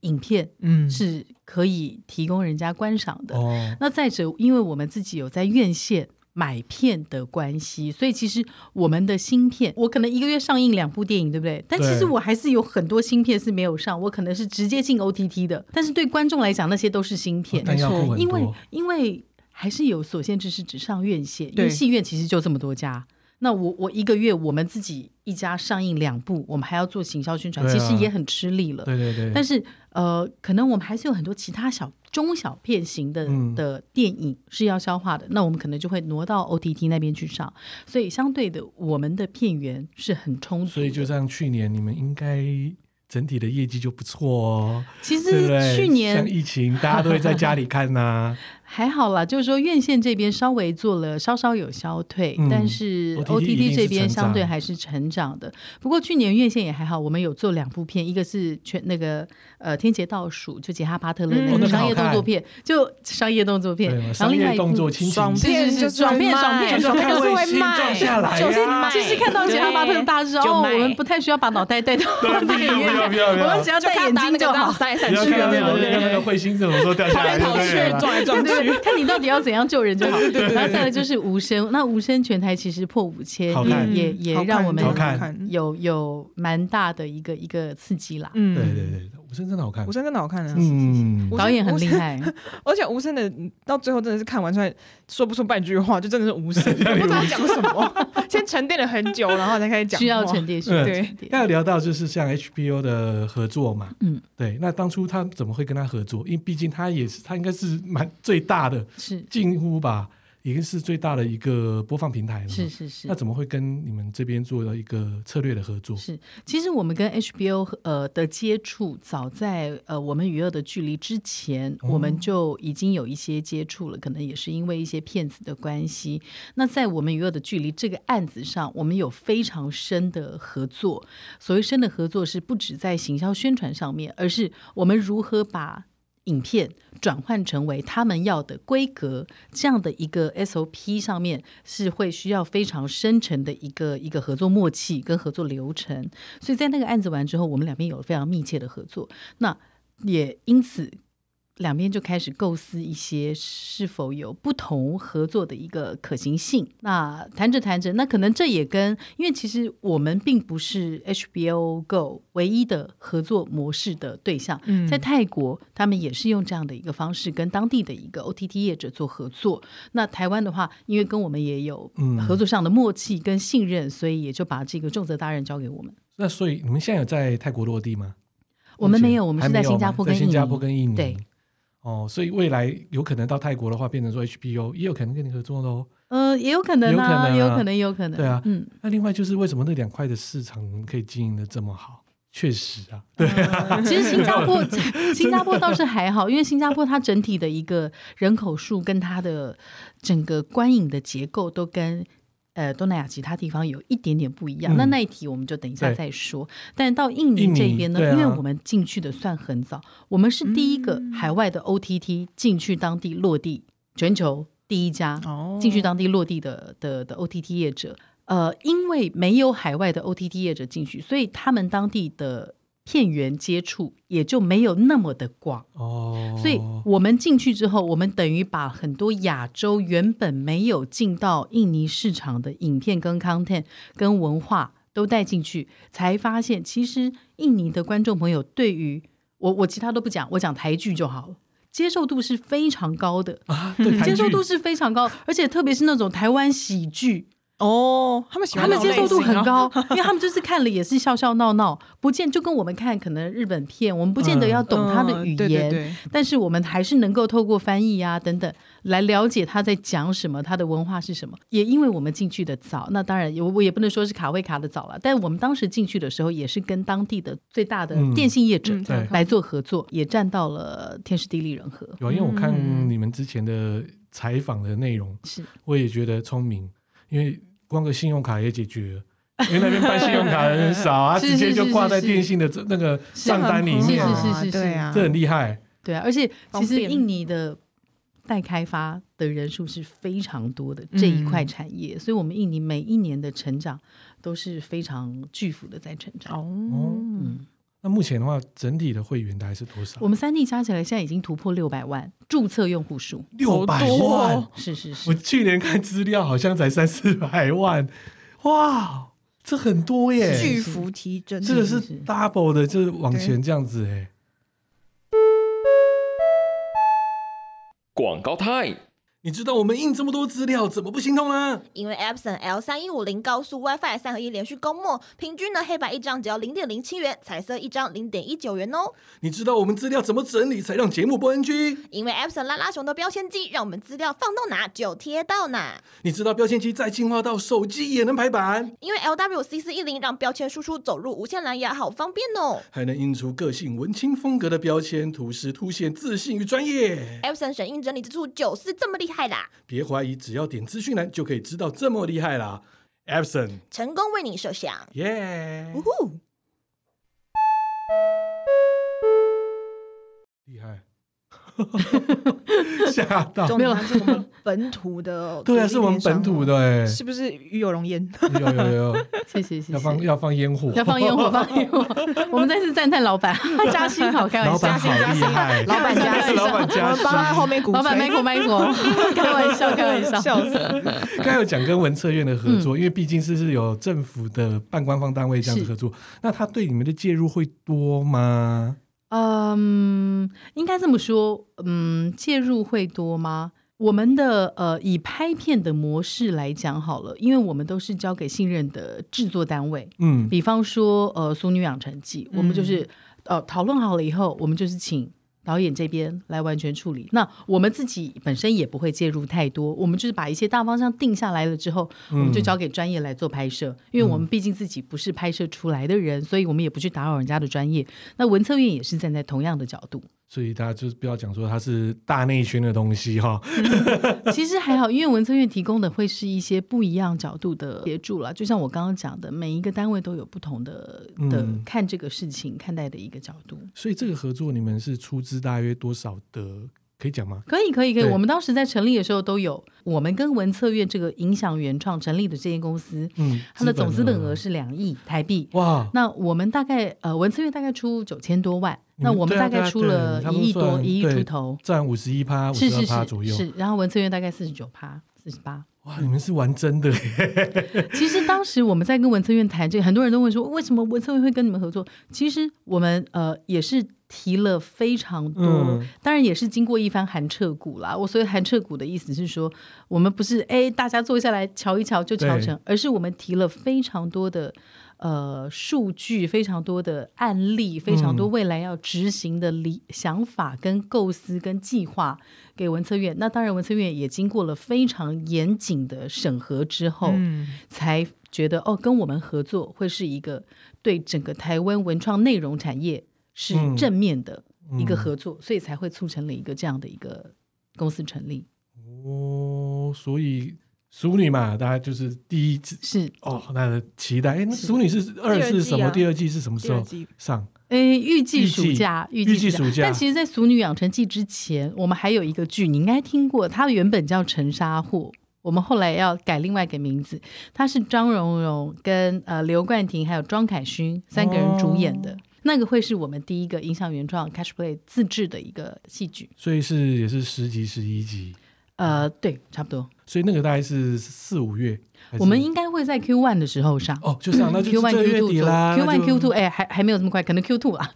S1: 影片
S3: 嗯
S1: 是可以提供人家观赏的。
S2: 哦，
S1: 那再者，因为我们自己有在院线。买片的关系，所以其实我们的新片，我可能一个月上映两部电影，对不对？但其实
S2: 对
S1: 我还是有很多新片是没有上，我可能是直接进 OTT 的。但是对观众来讲，那些都是新片，
S2: 哦但要
S3: 没错
S2: 顾很
S1: 因为
S2: 多，
S1: 因为还是有所限制，是只上院线，因为
S3: 对
S1: 戏院其实就这么多家。那我我一个月我们自己一家上映两部，我们还要做行销宣传，
S2: 对
S1: 其
S2: 啊
S1: 实也很吃力了。
S2: 对对对，
S1: 但
S2: 是
S1: 是呃，可能我们还是有很多其他小中小片型的
S2: 嗯
S1: 的电影是要消化的，那我们可能就会挪到 OTT 那边去上，所以相对的，我们的片源是很充足
S2: 所
S1: 的。
S2: 以就像去年你们应该。整体的业绩就不错哦，
S1: 其实
S2: 对不对？
S1: 去年
S2: 像疫情，大家都会在家里 看呐、
S1: 还好啦，就是说院线这边稍微做了稍稍有消退，
S2: 嗯
S1: 但是
S2: OTT 一定
S1: OTT
S2: 是
S1: 这边
S2: 成长
S1: 相对还是成长的。不过去年院线也还好，我们有做两部片，一个是全那个呃《天劫倒数》，就杰哈巴特勒
S3: 嗯
S1: 那个
S3: 哦那个
S1: 商业
S2: 好看
S1: 动作片，就商业动作片，
S2: 对嘛，
S1: 然后
S2: 商
S1: 另外
S2: 业
S1: 一
S2: 动
S1: 部
S2: 作亲
S3: 爽
S2: 情
S1: 片
S3: 片
S1: 是是
S3: 就是
S1: 爽片
S3: 会
S1: 爽片
S3: 卖
S1: 爽
S2: 片
S3: 就是
S2: 卫
S3: 会
S2: 星撞
S3: 卖，
S2: 下来
S3: 就是
S2: 呀
S3: 卖
S1: 就是看到杰哈巴特勒，大家知道
S3: 就
S1: 哦，
S3: 卖
S1: 我们不太需要把脑袋带到 这个影院，
S2: 不要不要不要
S1: 我们只要
S3: 就
S1: 戴眼
S3: 看他
S1: 睛
S3: 那
S1: 就
S3: 个
S1: 好。
S3: 塞来塞
S2: 不要
S3: 去
S2: 看
S3: 的
S2: 到那
S3: 那种，
S2: 种
S3: 对
S2: 看到那个
S3: 对
S2: 彗星什么时候掉下 来，
S3: 对跑来跑
S2: 对
S3: 去
S2: 不对
S3: 撞来撞去，
S1: 看你到底要怎样救人就好。然后再来就是无声，那无声全台其实破五千
S2: 好，
S3: 嗯
S2: 看
S1: 也也也让我们
S2: 好看
S1: 有有蛮大的一个一个刺激啦。
S3: 嗯
S2: 对对，对，武生真的好看
S3: 无，声真的好看啊，
S2: 嗯，
S3: 我
S1: 导演很厉害，
S3: 而且无声的到最后真的是看完出来说不出半句话，就真的是无声，不知道讲什么，先沉淀了很久，然后才开始讲话，
S1: 需要沉淀，需要
S2: 对
S1: 沉淀。
S2: 要聊到就是像 HBO 的合作嘛，
S1: 嗯
S2: 嗯，对，那当初他怎么会跟他合作？因为毕竟他也是，他应该是蛮最大的，
S1: 是
S2: 近乎吧，已经是最大的一个播放平台了嘛。
S1: 是是是
S2: 那。怎么会跟你们这边做了一个策略的合作？
S1: 是，其实我们跟 HBO 和呃的接触，早在呃我们与恶的距离之前，我们就已经有一些接触了，可能也是因为一些骗子的关系。那在我们与恶的距离这个案子上，我们有非常深的合作。所谓深的合作，是不止在行销宣传上面，而是我们如何把。影片转换成为他们要的规格，这样的一个 SOP 上面是会需要非常深沉的一个一个合作默契跟合作流程。所以在那个案子完之后，我们两边有了非常密切的合作。那也因此，两边就开始构思一些是否有不同合作的一个可行性。那谈着谈着，那可能这也跟因为其实我们并不是 HBO Go 唯一的合作模式的对象，
S3: 嗯
S1: 在泰国他们也是用这样的一个方式跟当地的一个 OTT 业者做合作。那台湾的话，因为跟我们也有
S2: 嗯
S1: 合作上的默契跟信任，所以也就把这个重责大任交给我们。
S2: 那所以你们现在有在泰国落地吗？
S1: 我们
S2: 目前
S1: 没有，我们
S2: 嗯还
S1: 是在
S2: 没有
S1: 新加
S2: 吗
S1: 坡
S2: 在
S1: 跟印尼。
S2: 新加坡跟印尼。
S1: 对。
S2: 哦，所以未来有可能到泰国的话，变成说 HBO 也有可能跟你合作喽。
S1: 呃，也有可能啊，也
S2: 也
S1: 有
S2: 有
S1: 可
S2: 可
S1: 能，也有可能。
S2: 对啊
S1: 嗯，
S2: 那另外就是为什么那两块的市场你们可以经营的这么好？确实啊，
S1: 嗯其实新加 坡，新加坡倒是还好，因为新加坡它整体的一个人口数跟它的整个观影的结构都跟。呃，东南亚其他地方有一点点不一样，
S2: 嗯
S1: 那那一题我们就等一下
S2: 对
S1: 再说。但到印尼
S2: 印尼
S1: 这边呢，
S2: 对啊
S1: 因为我们进去的算很早，我们是第一个海外的 OTT 进去当地落地全球第一家
S3: 哦
S1: 进去当地落地的的的 OTT 业者。呃，因为没有海外的 OTT 业者进去，所以他们当地的片源接触也就没有那么的广。
S2: 哦，
S1: 所以我们进去之后，我们等于把很多亚洲原本没有进到印尼市场的影片、跟 content、跟文化都带进去，才发现其实印尼的观众朋友对于我，我其他都不讲，我讲台剧就好了。接受度是非常高的，
S2: 啊，对，
S1: 嗯
S2: 台
S1: 接受
S2: 剧
S1: 度是非常高，而且特别是那种台湾喜剧，
S3: 哦，他们喜
S1: 他
S3: 欢
S1: 们
S3: 那种
S1: 接受度
S3: 类型
S1: 很
S3: 哦，
S1: 高，
S2: 啊
S1: 因为他们就是看了也是笑笑闹闹，不见就跟我们看可能日本片，我们不见得
S2: 嗯
S1: 要懂他的
S3: 嗯
S1: 语言，
S3: 对对对
S1: 但是我们还是能够透过翻译啊等等来了解他在讲什么，他的文化是什么。也因为我们进去的早，那当然我我也不能说是卡位卡的早了，但我们当时进去的时候也是跟当地的最大的
S2: 嗯
S1: 电信业者
S3: 嗯
S2: 对
S1: 来做合作，也占到了天时地利人和。
S2: 有啊，因为我看
S3: 嗯
S2: 你们之前的采访的内容，
S1: 是
S2: 我也觉得聪明，因为光个信用卡也解决了。因为那边办信用卡的人 少啊，
S1: 是
S2: 直接
S1: 是
S2: 就是挂在
S1: 是
S2: 电信的这那个
S1: 是
S2: 账单里
S1: 是
S2: 面
S1: 是
S2: 啊，
S1: 是是是
S3: 对啊，
S2: 这很厉害。
S1: 对啊，而且其
S3: 方
S1: 实
S3: 便
S1: 印尼的待开发的人数是非常多的这一块产业，所以我们印尼每一年的成长都是非常巨幅的在成长。
S3: 哦，
S1: 嗯，
S2: 那目前的话，整体的会员大概是多少
S1: 我？们三地加起来现在已经突破六百万注册用户数，
S2: 六百
S3: 好多
S2: 万
S3: 哦！
S1: 是是是
S2: 我，去年看资料好像才三四百万，哇，这很多耶！
S3: 巨幅提振，
S2: 这个是
S1: 是是
S2: double 的，就是往前这样子哎。
S4: 广告 time。
S2: 你知道我们印这么多资料，怎么不心痛呢？
S5: 因为 Epson L 三一五零高速 WiFi 三合一连续供墨，平均呢黑白一张只要零点零七元，彩色一张零点一九元哦。
S2: 你知道我们资料怎么整理才让节目不 NG？
S5: 因为 Epson 拉拉熊的标签机，让我们资料放到哪就贴到哪。
S2: 你知道标签机再进化到手机也能排版，
S5: 因为 LWC 四一零让标签输出走入无线蓝牙，好方便哦。
S2: 还能印出个性文青风格的标签图示，凸显自信与专业。
S5: Epson 神印整理之处就是这么厉害啦，
S2: 别怀疑，只要点资讯栏就可以知道这么厉害啦。Epson，
S5: 成功为你设想。
S2: 耶、
S5: 呜呼！
S2: 厉 害，吓到！
S3: 重点是我们本土的，
S2: 对啊，是我们本土，的哎、
S3: 是不是与有容焉？
S2: 有有有有，
S1: 谢谢谢
S2: 要放
S1: 谢。
S2: 要放烟火，
S1: 要放烟火，放烟火！我们再次赞叹老板， 加薪好，开
S2: 老
S1: 玩
S2: 板
S1: 笑，
S2: 好厉害，
S3: 老板加 薪
S2: 老板加薪
S3: 帮他在后面鼓吹，
S1: 老板 Michael Michael，开玩笑，开玩笑。
S3: 笑死！
S2: 刚才有讲跟文策院的合作，因为毕竟是是有政府的半官方单位这样子
S1: 嗯是
S2: 合作，那他对你们的介入会多吗？
S1: 嗯，应该这么说，嗯，介入会多吗？我们的呃，以拍片的模式来讲好了，因为我们都是交给信任的制作单位，
S2: 嗯，
S1: 比方说呃，《俗女养成记》，我们就是、呃讨论好了以后，我们就是请。导演这边来完全处理，那我们自己本身也不会介入太多，我们就是把一些大方向定下来了之后，我
S2: 嗯
S1: 们就交给专业来做拍摄，因为我们毕竟自己不是拍摄出来的人，所以我们也不去打扰人家的专业。那文策院也是站在同样的角 度，
S2: 所以大家就是不要讲说它是大内圈的东西哈。
S1: 其实还好，因为文策院提供的会是一些不一样角度的协助啦。就像我刚刚讲的，每一个单位都有不同的的
S2: 嗯
S1: 看这个事情、看待的一个角度。
S2: 所以这个合作你们是出资大约多少的？可以讲吗？
S1: 可以，可以，可以。
S2: 对
S1: 我们当时在成立的时候都有，我们跟文策院这个影响原创成立的这间公司，
S2: 嗯，
S1: 它的总资本额
S2: 呢
S1: 是两亿台币。
S2: 哇，
S1: 那我们大概呃，文策院大概出九千多万，
S2: 你
S1: 那
S2: 们
S1: 我们
S2: 对啊
S1: 大概
S2: 对啊
S1: 出
S2: 对
S1: 了
S2: 差不
S1: 一亿
S2: 算
S1: 多，一亿
S2: 对
S1: 出头，
S2: 占五十一趴、五
S1: 是
S2: 十
S1: 是
S2: 二趴左
S1: 是
S2: 右。
S1: 是。然后文策院大概四十九趴，四十八。
S2: 哇，你们是玩真的耶！
S1: 其实当时我们在跟文策院谈这个，很多人都问说，为什么文策院会跟你们合作？其实我们呃也是提了非常多，
S2: 嗯
S1: 当然也是经过一番寒彻骨啦。我所谓寒彻骨的意思是说，我们不是哎大家坐下来瞧一瞧就瞧成，而是我们提了非常多的。呃，数据非常多的案例，非常多未来要执行的理、想法、跟构思、跟计划给文策院。那当然，文策院也经过了非常严谨的审核之后，
S3: 嗯
S2: 嗯
S1: 才觉得哦，跟我们合作会是一个对整个台湾文创内容产业是
S2: 嗯
S1: 正面的一个
S2: 嗯
S1: 合作，所以才会促成了一个这样的一个公司成立。
S2: 哦，所以淑女嘛，大家就是第一次
S1: 是，
S2: 哦，那期待。哎，那淑女是二
S3: 第二
S2: 是
S3: 季
S2: 什么？
S3: 啊
S2: 第二季是什么时
S3: 第二
S2: 候
S3: 季
S2: 上？
S1: 诶，嗯预计
S2: 预
S1: 暑
S2: 计
S1: 假，
S2: 预
S1: 计
S2: 计暑假
S1: 但其实，在《俗女养成记》之前，我们还有一个剧，你应该听过，它原本叫《沉沙货》，我们后来要改另外一个名字，它是张荣荣跟呃刘冠廷还有庄凯勋三个人主演
S2: 哦
S1: 的。那个会是我们第一个影响原创 Cashplay 自制的一个戏剧，
S2: 所以是也是十集、十一集，
S1: 呃，对，差不多。
S2: 所以那个大概是四五月。还是
S1: 我们应该会在 Q one 的时候上
S2: 哦，就上那就是
S1: Q
S2: 这
S1: one
S2: 月
S1: Q
S2: 底
S1: two
S2: 啦。
S1: Q one Q
S2: 就
S1: two，哎，还还没有这么快，可能 Q two 啊，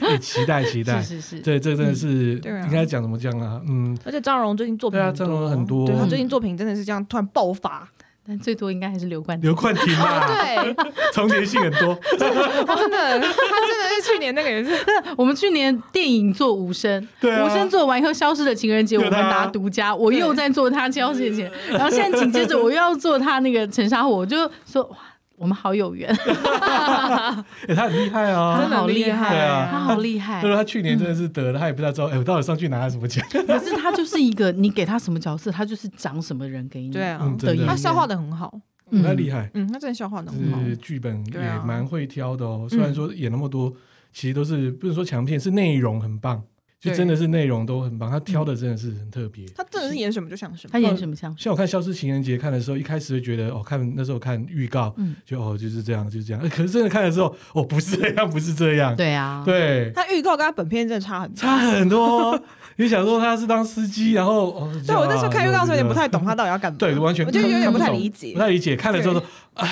S2: 哎期待期待。
S1: 是是嗯是，
S2: 对，这真的是
S3: 对啊
S2: 应该讲怎么讲啊？嗯，
S3: 而且张荣最近作品
S2: 对啊
S3: 很多
S2: 张荣很多
S3: 对他最近作品真的是这样突然爆发，
S1: 但最多应该还是刘冠廷
S2: 刘冠廷 啊，
S3: 对
S2: 重叠性很多。
S3: 他真的，他真的是去年那个也是，
S1: 我们去年电影做无声，
S2: 对啊
S1: 无声做完以后，消失的情人节我
S3: 啊
S2: 对
S1: 们
S2: 他
S1: 拿独家，我又在做他消失的情人节，然后现在紧接着我又要做他那个陈沙火，我就说哇，我们好有缘，
S2: 哎，他很厉害啊，
S1: 他
S3: 真的
S1: 好
S3: 很
S1: 厉
S3: 厉害
S1: 害，嗯
S2: 对啊
S1: 他好厉害
S2: 他。说他去年真的是得了，他也不知道之后，哎，我到底上去拿了什么奖？
S1: 可是他就是一个，你给他什么角色，他就是长什么人给你。
S3: 对啊
S2: 嗯，
S1: 的
S2: 真
S1: 演
S2: 的
S3: 他
S1: 员，
S3: 消化的很好，
S1: 嗯
S2: 他厉害，
S3: 嗯，他真的消化的很好，
S2: 是剧本也
S3: 对啊嗯
S2: 蛮会挑的哦。虽然说演那么多，其实都是不是说强片，是内容很棒，就
S3: 对嗯
S2: 真的是内容都很棒。他挑的真的是很特别。
S3: 他真的是演什么就像什么，
S1: 他演什么像？
S2: 像我看《消失情人节》看的时候，一开始会觉得哦，看那时候看预告，
S1: 嗯
S2: 就哦就是这样，就是这样。呃可是真的看的时候，哦不是这样，不是这样，
S1: 对啊，
S2: 对，
S3: 他预告跟他本片真的差很多。
S2: 差很多哦。你想说他是当司机，然后哦，
S3: 对我那时候看预告的时候有点不
S2: 太。
S3: 太懂他到底要干嘛，
S2: 对，完全
S3: 我就有
S2: 看
S3: 点不太
S2: 懂
S3: 理解
S2: 不。太理解。看了之后说啊，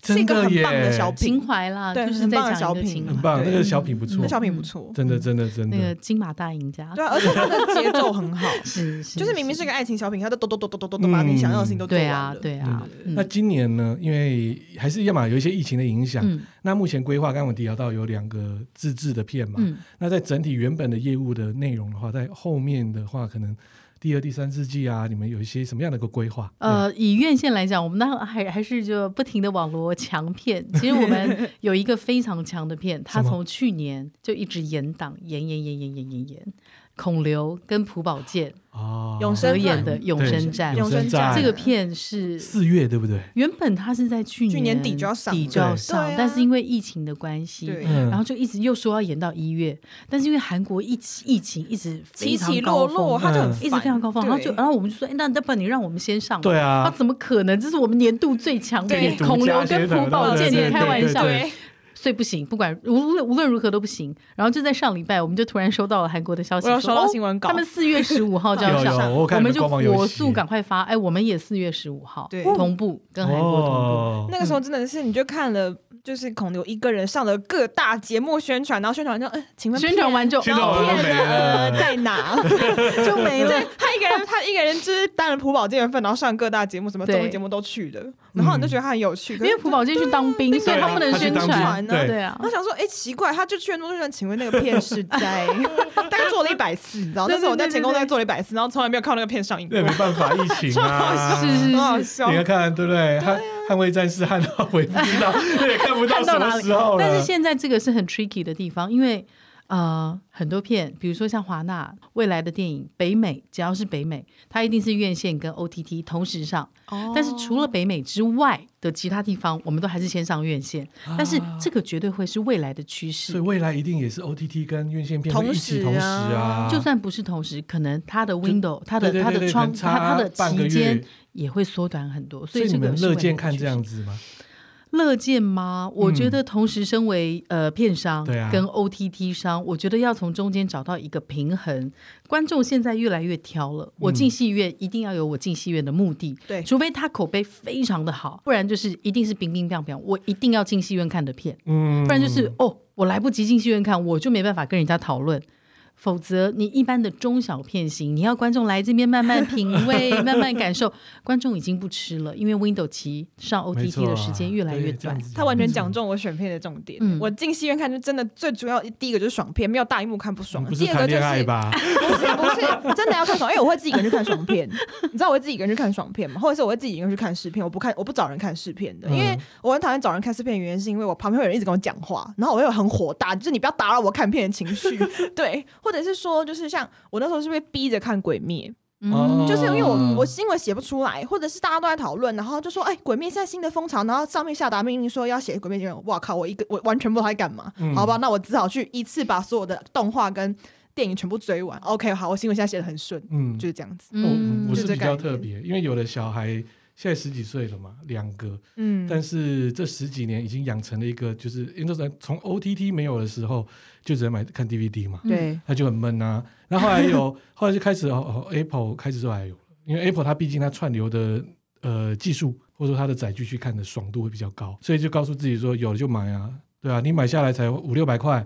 S2: 真的
S3: 是一
S2: 耶，
S3: 个很棒的小品
S1: 情怀啦，
S3: 对
S1: 就是
S3: 很
S1: 在
S3: 棒的
S1: 讲一
S3: 小
S1: 个
S3: 品
S1: 情
S2: 很
S1: 怀，
S2: 棒，
S3: 对
S2: 那个小品不错
S1: 嗯
S3: 那，小品不错，
S2: 真的，真的，真
S1: 那个
S2: 的，
S1: 金马大赢家
S3: 对，啊，而且 他的节奏很好，
S1: 是是，嗯
S3: 就是明明是个爱情小品，他都咚咚咚咚咚咚咚把你想要的事情都做
S1: 对
S3: 完
S1: 啊
S3: 了。
S1: 对啊，
S2: 那
S1: 嗯
S2: 今年呢？因为还是要么有一些疫情的影响，
S1: 嗯
S2: 那目前规划刚刚我提到有两个自制的片嘛，
S1: 嗯，
S2: 那在整体原本的业务的内容的话，在后面的话可能。第二、第三四季啊，你们有一些什么样的一个规划？
S1: 呃，以院线来讲，我们当然还还是就不停的网罗强片。其实我 们有一个非常强的片，它
S2: 什么
S1: 从去年就一直延档，延延延延延延延。孔刘跟朴宝剑
S2: 嗯哦，
S3: 永生
S1: 合
S3: 战
S1: 演的《永
S2: 对
S1: 生战》，
S2: 永
S3: 生
S2: 生
S3: 战
S2: 战
S1: 这个片是
S2: 四月对不对？
S1: 原本它是在去
S3: 去年底就要上
S1: 底
S3: 了
S1: 就要
S2: 对
S1: 上
S3: 对啊
S1: 但是因为疫情的关系，
S3: 对
S2: 嗯，
S1: 然后就一直又说要延到一月，但是因为韩国疫情疫情一直非
S3: 起
S1: 常
S3: 起
S1: 高
S3: 落
S1: 峰
S3: 落，他就很
S2: 嗯
S1: 一直非常高峰，
S3: 对
S1: 然后就然后我们就说，哎，那要不然你让我们先上吧，
S2: 对啊
S1: 他，怎么可能？这是我们年度最强的
S3: 对
S1: 演孔刘跟朴宝剑，
S2: 对对
S1: 你开玩笑哎
S2: 对。对
S1: 所以不行，不管无论无论如何都不行。然后就在上礼拜，我们就突然收到了韩国的消息
S3: 我
S1: 说，
S3: 有收到
S1: 哦
S3: 新闻稿
S1: 他们四月十五号就要
S2: 有
S1: 上，
S2: 有我看
S1: 们
S2: 你们
S1: 就
S2: 官网有
S1: 火
S2: 写
S1: 速赶快发。哎，我们也四月十五号
S3: 对
S1: 同步跟韩国同步。
S2: 哦
S3: 那个时候真的是，你就看了，就是孔刘一个人上了各大节目宣传，然后宣传就，呃，请问
S1: 宣传完就
S2: 宣传完就
S1: 哦
S3: 骗
S2: 没了
S3: 呃在哪 就没了。他一个人，他一个人就是担了朴宝剑的份，然后上各大节目，什么综艺
S1: 对嗯
S3: 节目都去了，然后你就觉得他很有趣，可
S1: 因
S3: 是
S1: 为朴宝剑去当兵，所以他不能
S2: 他去
S1: 宣
S2: 当兵
S1: 传。
S2: 对
S1: 对啊
S3: 我，想说，哎、奇怪，他就去了那么多人，请问那个片是 在大概做了一百次，你知道？
S1: 对
S3: 那时候我在
S1: 对对
S3: 前公司做了一百次，然后从来没有看到那个片上映过
S2: 那，没办法，疫 情啊，
S1: 是是
S3: 很好
S1: 是。
S3: 笑
S2: 你。要看对不对？
S1: 啊
S2: 捍捍卫战士汉到回不知 道，那也看不到
S1: 看
S2: 什
S1: 到
S2: 么
S1: 哪里
S2: 时候了。
S1: 但是现在这个是很 tricky 的地方，因为呃，很多片，比如说像华纳未来的电影，北美只要是北美，它一定是院线跟 OTT 同时上。
S3: 哦
S1: 但是除了北美之外的其他地方，我们都还是先上院线。但是这个绝对会是未来的趋
S2: 所以
S1: 势。
S2: 未来一定啊也是 OTT 跟院线片会
S3: 同
S2: 一起
S3: 时
S2: 同时啊，
S3: 啊
S1: 就算不是同时，可能它的 window、它
S2: 对
S1: 的
S2: 对
S1: 它
S2: 对
S1: 的
S2: 对，
S1: 窗、
S2: 可能
S1: 它它
S2: 差
S1: 的
S2: 半个
S1: 期间
S2: 月，
S1: 也会缩短很多。所
S2: 所
S1: 以
S2: 以
S1: 这
S2: 你
S1: 个
S2: 们
S1: 是
S2: 乐
S1: 未来
S2: 见
S1: 的
S2: 看
S1: 趋
S2: 这
S1: 势
S2: 样子吗？
S1: 乐见吗？我觉得同时身为、呃片商
S2: 嗯对啊
S1: 跟 OTT 商，我觉得要从中间找到一个平衡。观众现在越来越挑
S2: 嗯
S1: 了，我进戏院一定要有我进戏院的目的，
S3: 对
S1: 除非他口碑非常的好，不然就是一定是冰冰凉凉，我一定要进戏院看的片，
S2: 嗯，
S1: 不然就是、哦，我来不及进戏院看，我就没办法跟人家讨论。否则，你一般的中小片型，你要观众来这边慢慢品味、慢慢感受，观众已经不吃了，因为 Window 期上
S2: 没
S1: OTT
S2: 错啊
S1: 的时间越来越短。。
S3: 他完全讲
S2: 中，
S3: 中我选片的重点。
S1: 嗯
S3: 我进戏院看就真的最主要，第一个就是爽片，没有大荧幕看不爽。
S2: 嗯
S1: 啊
S2: 不是
S3: 第二
S2: 谈
S3: 个就
S2: 恋爱
S3: 是
S2: 吧？
S3: 不是不是真的要看爽，因为我会自己一个人去看爽片，你知道我会自己一个人去看爽片吗？或者是我会自己一个人去看试片，我不看我不找人看试片的，因为
S2: 嗯
S3: 我很讨厌找人看试片，的原因是因为我旁边会有人一直跟我讲话，然后我又很火大，就是你不要打扰我看片的情绪，对，或者是说就是像我那时候是被逼着看《鬼灭》。
S1: 嗯啊
S2: 哦
S3: 就
S5: 就是因为我
S2: 嗯
S5: 我新闻写不出来，或者是大家都在讨论，然后就说哎，鬼灭现在新的风潮，然后上面下达命令说要写鬼灭新闻，哇靠，我一个我完全不知道在干嘛，
S2: 嗯
S5: 好吧，那我只好去一次把所有的动画跟电影全部追完。OK，好，我新闻现在写的很顺，
S2: 嗯
S5: 就是这样子。
S1: 嗯
S2: 我我是
S5: 就这
S2: 比较
S5: 概念
S2: 特别，因为有的小孩现在十几岁了嘛，两个，
S5: 嗯，
S2: 但是这十几年已经养成了一个，就是因为那时候从 OTT 没有的时候，就只能买看 DVD
S5: 嗯
S2: 嘛，
S3: 对，
S2: 他就很闷啊。然后后来有， 后来就开始哦哦，Apple 开始之后还有，因为 Apple 它毕竟它串流的呃技术或者说它的载具去看的爽度会比较高，所以就告诉自己说有了就买啊，对啊，你买下来才五六百块。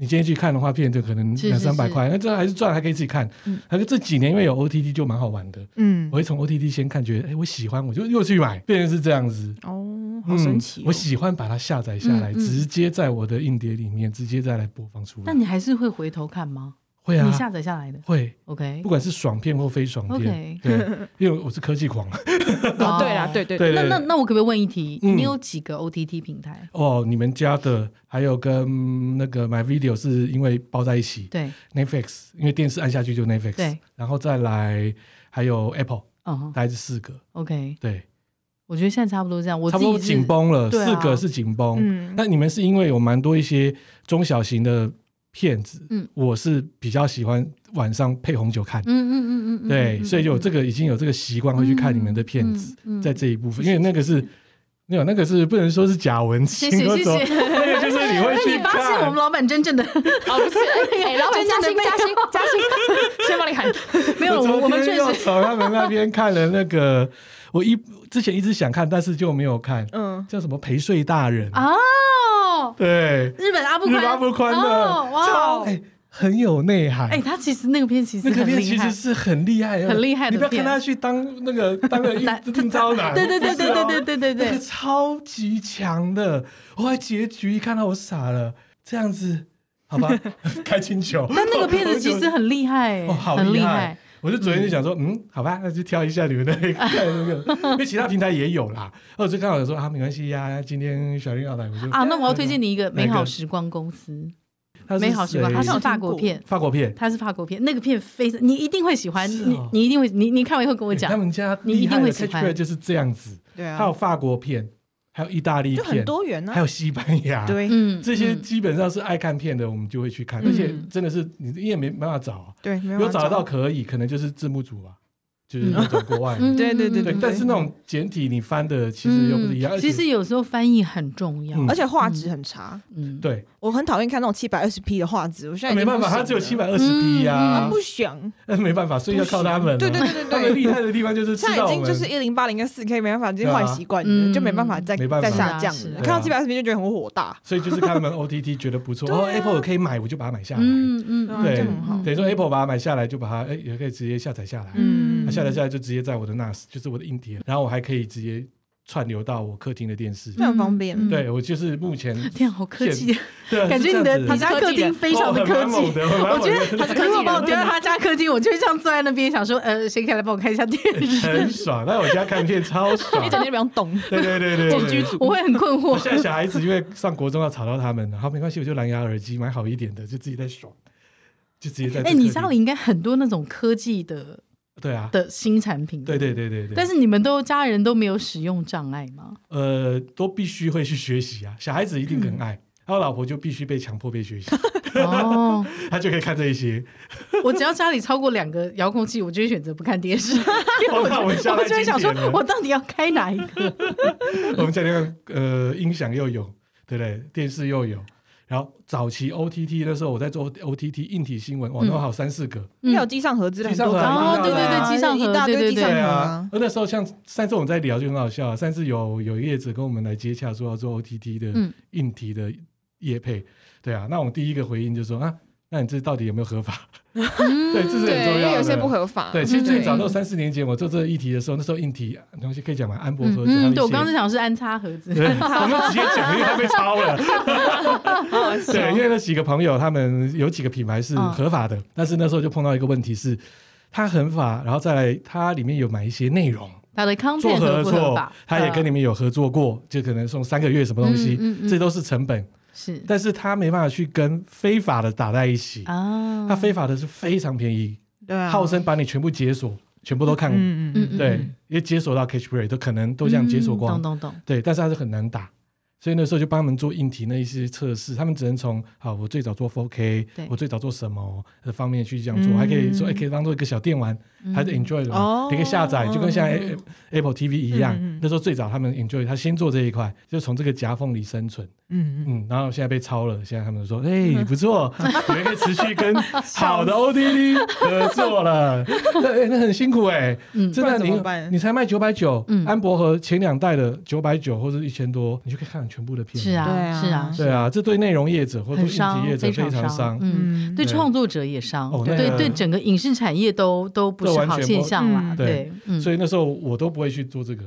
S2: 你今天去看的话，片就可能
S1: 是
S2: 两
S1: 是
S2: 三百
S1: 是
S2: 块，那这还是赚，还可以自己看
S3: 嗯。
S2: 还有这几年因为有 OTT 就蛮好玩的，
S5: 嗯
S2: 我，会从 OTT 先看，觉得哎、诶我喜欢，我就又去买，变成是这样子。
S3: 哦，好神
S2: 嗯
S3: 奇哦，
S2: 我喜欢把它下载下来，
S1: 嗯嗯
S2: 直接在我的硬碟里面，直接再来播放出来
S1: 但。你还是会回头看吗？
S2: 会啊
S1: 你，下载下来的
S2: 会，
S1: ，OK
S2: 不。管是爽片或非爽片
S1: OK
S2: 对， 因为我是科技狂。
S3: 哦，对啦
S1: 哦，
S3: 对对
S2: 对
S1: 那那那我可不可以问一题？
S2: 嗯
S1: 你有几个 OTT 平台？
S2: 哦，你们家的还有跟那个 My Video 是因为包在一起
S1: 对，
S2: ，Netflix，因为电视按下去就 Netflix，
S1: 对，
S2: 然后再来还有 Apple，
S1: 嗯
S2: 大概是四个，
S1: ，OK。
S2: 对，
S1: 我觉得现在差不多这样，我
S2: 差
S1: 自
S2: 不多
S1: 己是
S2: 紧绷了，
S1: 对啊
S2: 四个是紧绷，
S5: 嗯
S2: 那你们是因为有蛮多一些中小型的片子，
S1: 嗯
S2: 我是比较喜欢晚上配红酒看，
S1: 嗯嗯嗯嗯嗯，
S2: 对，
S1: 嗯
S2: 所以就有这个已经有这个习惯会去看你们的片子，，
S1: 嗯嗯嗯
S2: 在这一部分，因为那个是。没有，那个是不能说是假文青
S1: 谢，谢
S2: 或
S1: 谢
S2: 者说
S1: 谢。
S2: 那个就是你会
S1: 被
S2: 去
S1: 你发现我
S2: 看
S1: 们。老板真正的
S3: 哦，不是，哎，老
S1: 真
S3: 板加
S1: 正的
S3: 薪
S1: 被
S3: 加薪加薪，先帮你喊，
S1: 没有，我
S2: 昨
S1: 我们确
S2: 天又
S1: 实
S2: 从他们那边看了那个，我一之前一直想看，但是就没有看，
S5: 嗯，
S2: 叫什么陪睡大人，
S1: 啊哦，
S2: 对，
S1: 日本阿布
S2: 日
S1: 宽，
S2: 巴不宽的，
S1: 哦哇
S2: 超哎很有内涵，
S1: 哎，他其实那个片其实
S2: 那个
S1: 很
S2: 片
S1: 厉
S2: 其
S1: 害
S2: 实是很厉害，
S1: 很厉害的
S2: 你不要看
S1: 片
S2: 他去当那个 当个
S1: 男
S2: 应应招 男，
S1: 对对对
S2: 不
S1: 对
S2: 是哦
S1: 对对对对
S2: 那个
S1: 对，
S2: 超级强的。我还结局一看到我傻了，这样子，好 吧，开金球。
S1: 但那个片子其实
S2: 我
S1: 很厉害，
S2: 就哦，好
S1: 很
S2: 厉
S1: 害，。
S2: 我就昨天就想说，嗯，好吧，那就挑一下你们 那个看那个，因为其他平台也有啦。我就刚好说啊，没关系呀，今天小林要来，我就
S1: 啊，那我要推荐你一个
S2: 个
S1: 美好时光公司，
S2: 他是
S1: 美好时光，
S2: 谁
S1: 它
S5: 好
S1: 是啊
S5: 像
S1: 法
S5: 听
S1: 国
S5: 过
S1: 片，
S2: 法国片，
S1: 它是法国片，那个片非常，你一定会喜欢，
S2: 是
S1: 你
S2: 哦
S1: 你一定会，你你看完以后跟我
S2: 欸他
S1: 讲，
S2: 们家
S1: 你一
S2: 厉害
S1: 定会
S2: 的
S1: 喜
S2: catch
S1: 欢
S2: p r a 就是这样子。
S5: 对
S2: 还
S5: 啊
S2: 有，法国片，还有意大利
S5: 就很
S2: 片，
S5: 多元
S2: 还
S5: 啊，
S2: 有西班牙，，
S5: 对
S1: 嗯，
S2: 这些
S1: 嗯
S2: 基本上是爱看片的，我们就会去看，
S1: 嗯
S2: 而且真的是你你也没办法找啊，
S5: 对，没
S2: 有
S5: 办法
S2: 找得到可以，可能就是字幕组吧，就是那种国外的。
S1: 嗯嗯
S5: 对对对
S2: 对
S5: 嗯，
S2: 但是那种简体你翻的其实又不是一样，而且
S1: 其实有时候翻译很重要，
S2: 嗯
S5: 而且画质很差，
S1: 嗯，
S2: 对，
S5: 我很讨厌看那种七百二十 P 的画质，我现在已
S2: 啊没
S5: 经
S2: 办法，
S5: 不行
S2: 它只有
S5: 了
S2: 七百二啊十 P 呀
S1: 嗯，
S5: 啊不想，
S2: 那 没办法，所以要靠他们啊。
S5: 对对对
S2: 他们
S5: 对对。
S2: 厉害的地方就是知
S5: 现在
S2: 道
S5: 已
S2: 我
S5: 经
S2: 们
S5: 就是一零八零跟四 K 没办法，已经
S2: 对啊
S5: 坏习惯
S1: 嗯
S5: 了，就没办法再
S2: 没办法
S5: 再下降
S1: 是啊是啊
S5: 了。看到七百二十 P 就觉得很火 大，
S2: 所以就是看他们 OTT 觉得不 错，
S5: 对啊
S2: 哦，Apple 可以买，我就把它买下来。
S1: 嗯嗯，
S5: 啊
S1: 嗯
S2: 对
S5: 这很好
S2: 等于说 Apple 把它买下来，就把它哎也可以直接下载下来。
S5: 嗯
S2: 它下载下来就直接在我的 NAS，就是我的硬碟，然后我还可以直接串流到我客厅的电视。
S5: 这很方便。
S1: 嗯
S2: 对我就是目前
S1: 天啊，好科技，
S2: 对 啊，
S1: 感觉你的你
S2: 他
S1: 家客厅非
S2: 哦
S1: 常的科技。 我
S2: 我
S1: 觉得
S3: 是科技人
S1: 如果把我丢在他家客厅，我就会这样坐在那边想说，呃，谁可以来帮我看一下电 视？
S2: 很爽。但我家看片超 爽
S3: 一，整天不用动。
S2: 对对对对对。
S1: 我会很困
S2: 我现在
S1: 惑。
S2: 小孩子因为上国中要吵到他们，然后没关系，我就蓝牙耳机买好一点的，就自己在爽，就直接在。
S1: 哎，你家里应该很多那种科技的
S2: 对啊，
S1: 的新产品，
S2: 对对。对对对。
S1: 但是你们都家人都没有使用障碍 吗？
S2: 呃，都必须会去学习啊，小孩子一定
S1: 嗯
S2: 很爱。然后老婆就必须被强迫被 学习，
S1: 哦，
S2: 她就可以看这一些。
S1: 我只要家里超过两个遥控器，我就会选择不看电视，因为
S2: 我 怕
S1: 我
S2: 我
S1: 就
S2: 家
S1: 我
S2: 太
S1: 就会
S2: 经
S1: 想说
S2: 典，了。
S1: 我到底要开哪一个？
S2: 我们家里面呃音响又有，对不对？电视又有。然后早期 OTT 的时候，我在做 OTT 硬体新闻，哇，
S1: 嗯
S2: 弄好三四个。
S1: 嗯
S5: 也有机上盒之类
S2: 机上
S5: 很多
S2: 盒
S5: 个啊，
S2: 哦对对对
S1: 机上盒
S5: 一大
S1: 对对
S5: 堆机
S1: 对
S5: 上盒
S2: 啊
S5: 啊，，
S2: 而那时候像上次我们在聊就很好笑啊，上次有有业者跟我们来接洽说要做 OTT 的
S1: 嗯
S2: 硬体的业配，对啊。那我们第一个回应就说啊，那你这到底有没有合法？对，这是很重
S3: 对，因
S2: 要
S3: 为
S2: 的。
S3: 有些不合法。
S2: 对，其实
S1: 嗯
S2: 最早都三四年前我做这个议题的时候，那时候硬体东西可以讲嘛，安博盒子。还有
S1: 嗯，
S2: 一
S1: 对我
S2: 些
S1: 刚刚就想是安插盒子，
S2: 对，我们直接讲，因为他被抄了。
S1: 哦
S2: 对，因为那几个朋友，他们有几个品牌是
S1: 嗯
S2: 合法的，但是那时候就碰到一个问题是，它合法，然后再来它里面有买一些内容
S1: 它的 content
S2: 做
S1: 合
S2: 合
S1: 不
S2: 作，
S1: 合法？
S2: 它也跟你们有合作过，就可能送三个月什么东西，
S1: 嗯嗯嗯
S2: 这都是成本，
S1: 是
S2: 但是它没办法去跟非法的打在一起，
S1: 啊，
S2: 它非法的是非常便宜，
S5: 对啊，
S2: 号称把你全部解锁。全部都看，
S3: 嗯嗯
S1: 嗯
S2: 对，也解锁到 Catch Play 都可能都这样解锁
S1: 懂
S2: 光，
S1: 嗯懂懂，
S2: 对，但是还是很难打。所以那时候就帮他们做硬体那一些测试，他们只能从好我最早做 4K，
S1: 对
S2: 我最早做什么的方面去这样做，
S3: 嗯
S2: 还可以说哎、可以当做一个小电玩，还是 enjoy 的嘛，
S3: 哦嗯
S2: 你可以下载，就跟现在 A- Apple TV 一样。
S3: 嗯嗯嗯
S2: 那时候最早他们 enjoy，他先做这一块，就从这个夹缝里生存。
S3: 嗯嗯，
S2: 嗯，然后现在被抄了，现在他们说，哎、 你不错，你们可以持续跟好的 ODD 合作了， 那、哎那很辛苦哎、
S1: 嗯
S2: 真
S3: 不
S2: 的
S3: 然怎么
S2: 你
S3: 办
S2: 你才卖九百九
S1: 嗯，
S2: 安博和前两代的九百九或者一千多，你就可以看全部的片，
S1: 是，啊，
S3: 对
S1: 是啊
S3: 啊，
S2: 对啊，这对内容业者或者
S1: 很
S2: 对影
S1: 伤
S2: 体业，者
S1: 常
S2: 常
S1: 伤
S2: 伤，，
S1: 嗯。
S3: 嗯
S1: 对
S2: 对
S1: 创作者也伤，
S2: 哦
S1: 对
S2: 那个
S1: 对，整个影视产业都都不
S2: 这
S1: 是
S2: 完
S1: 好
S2: 全
S1: 现
S2: 不
S1: 象啦。
S3: 嗯
S1: 对，嗯，
S2: 所以那时候我都不会去做这个。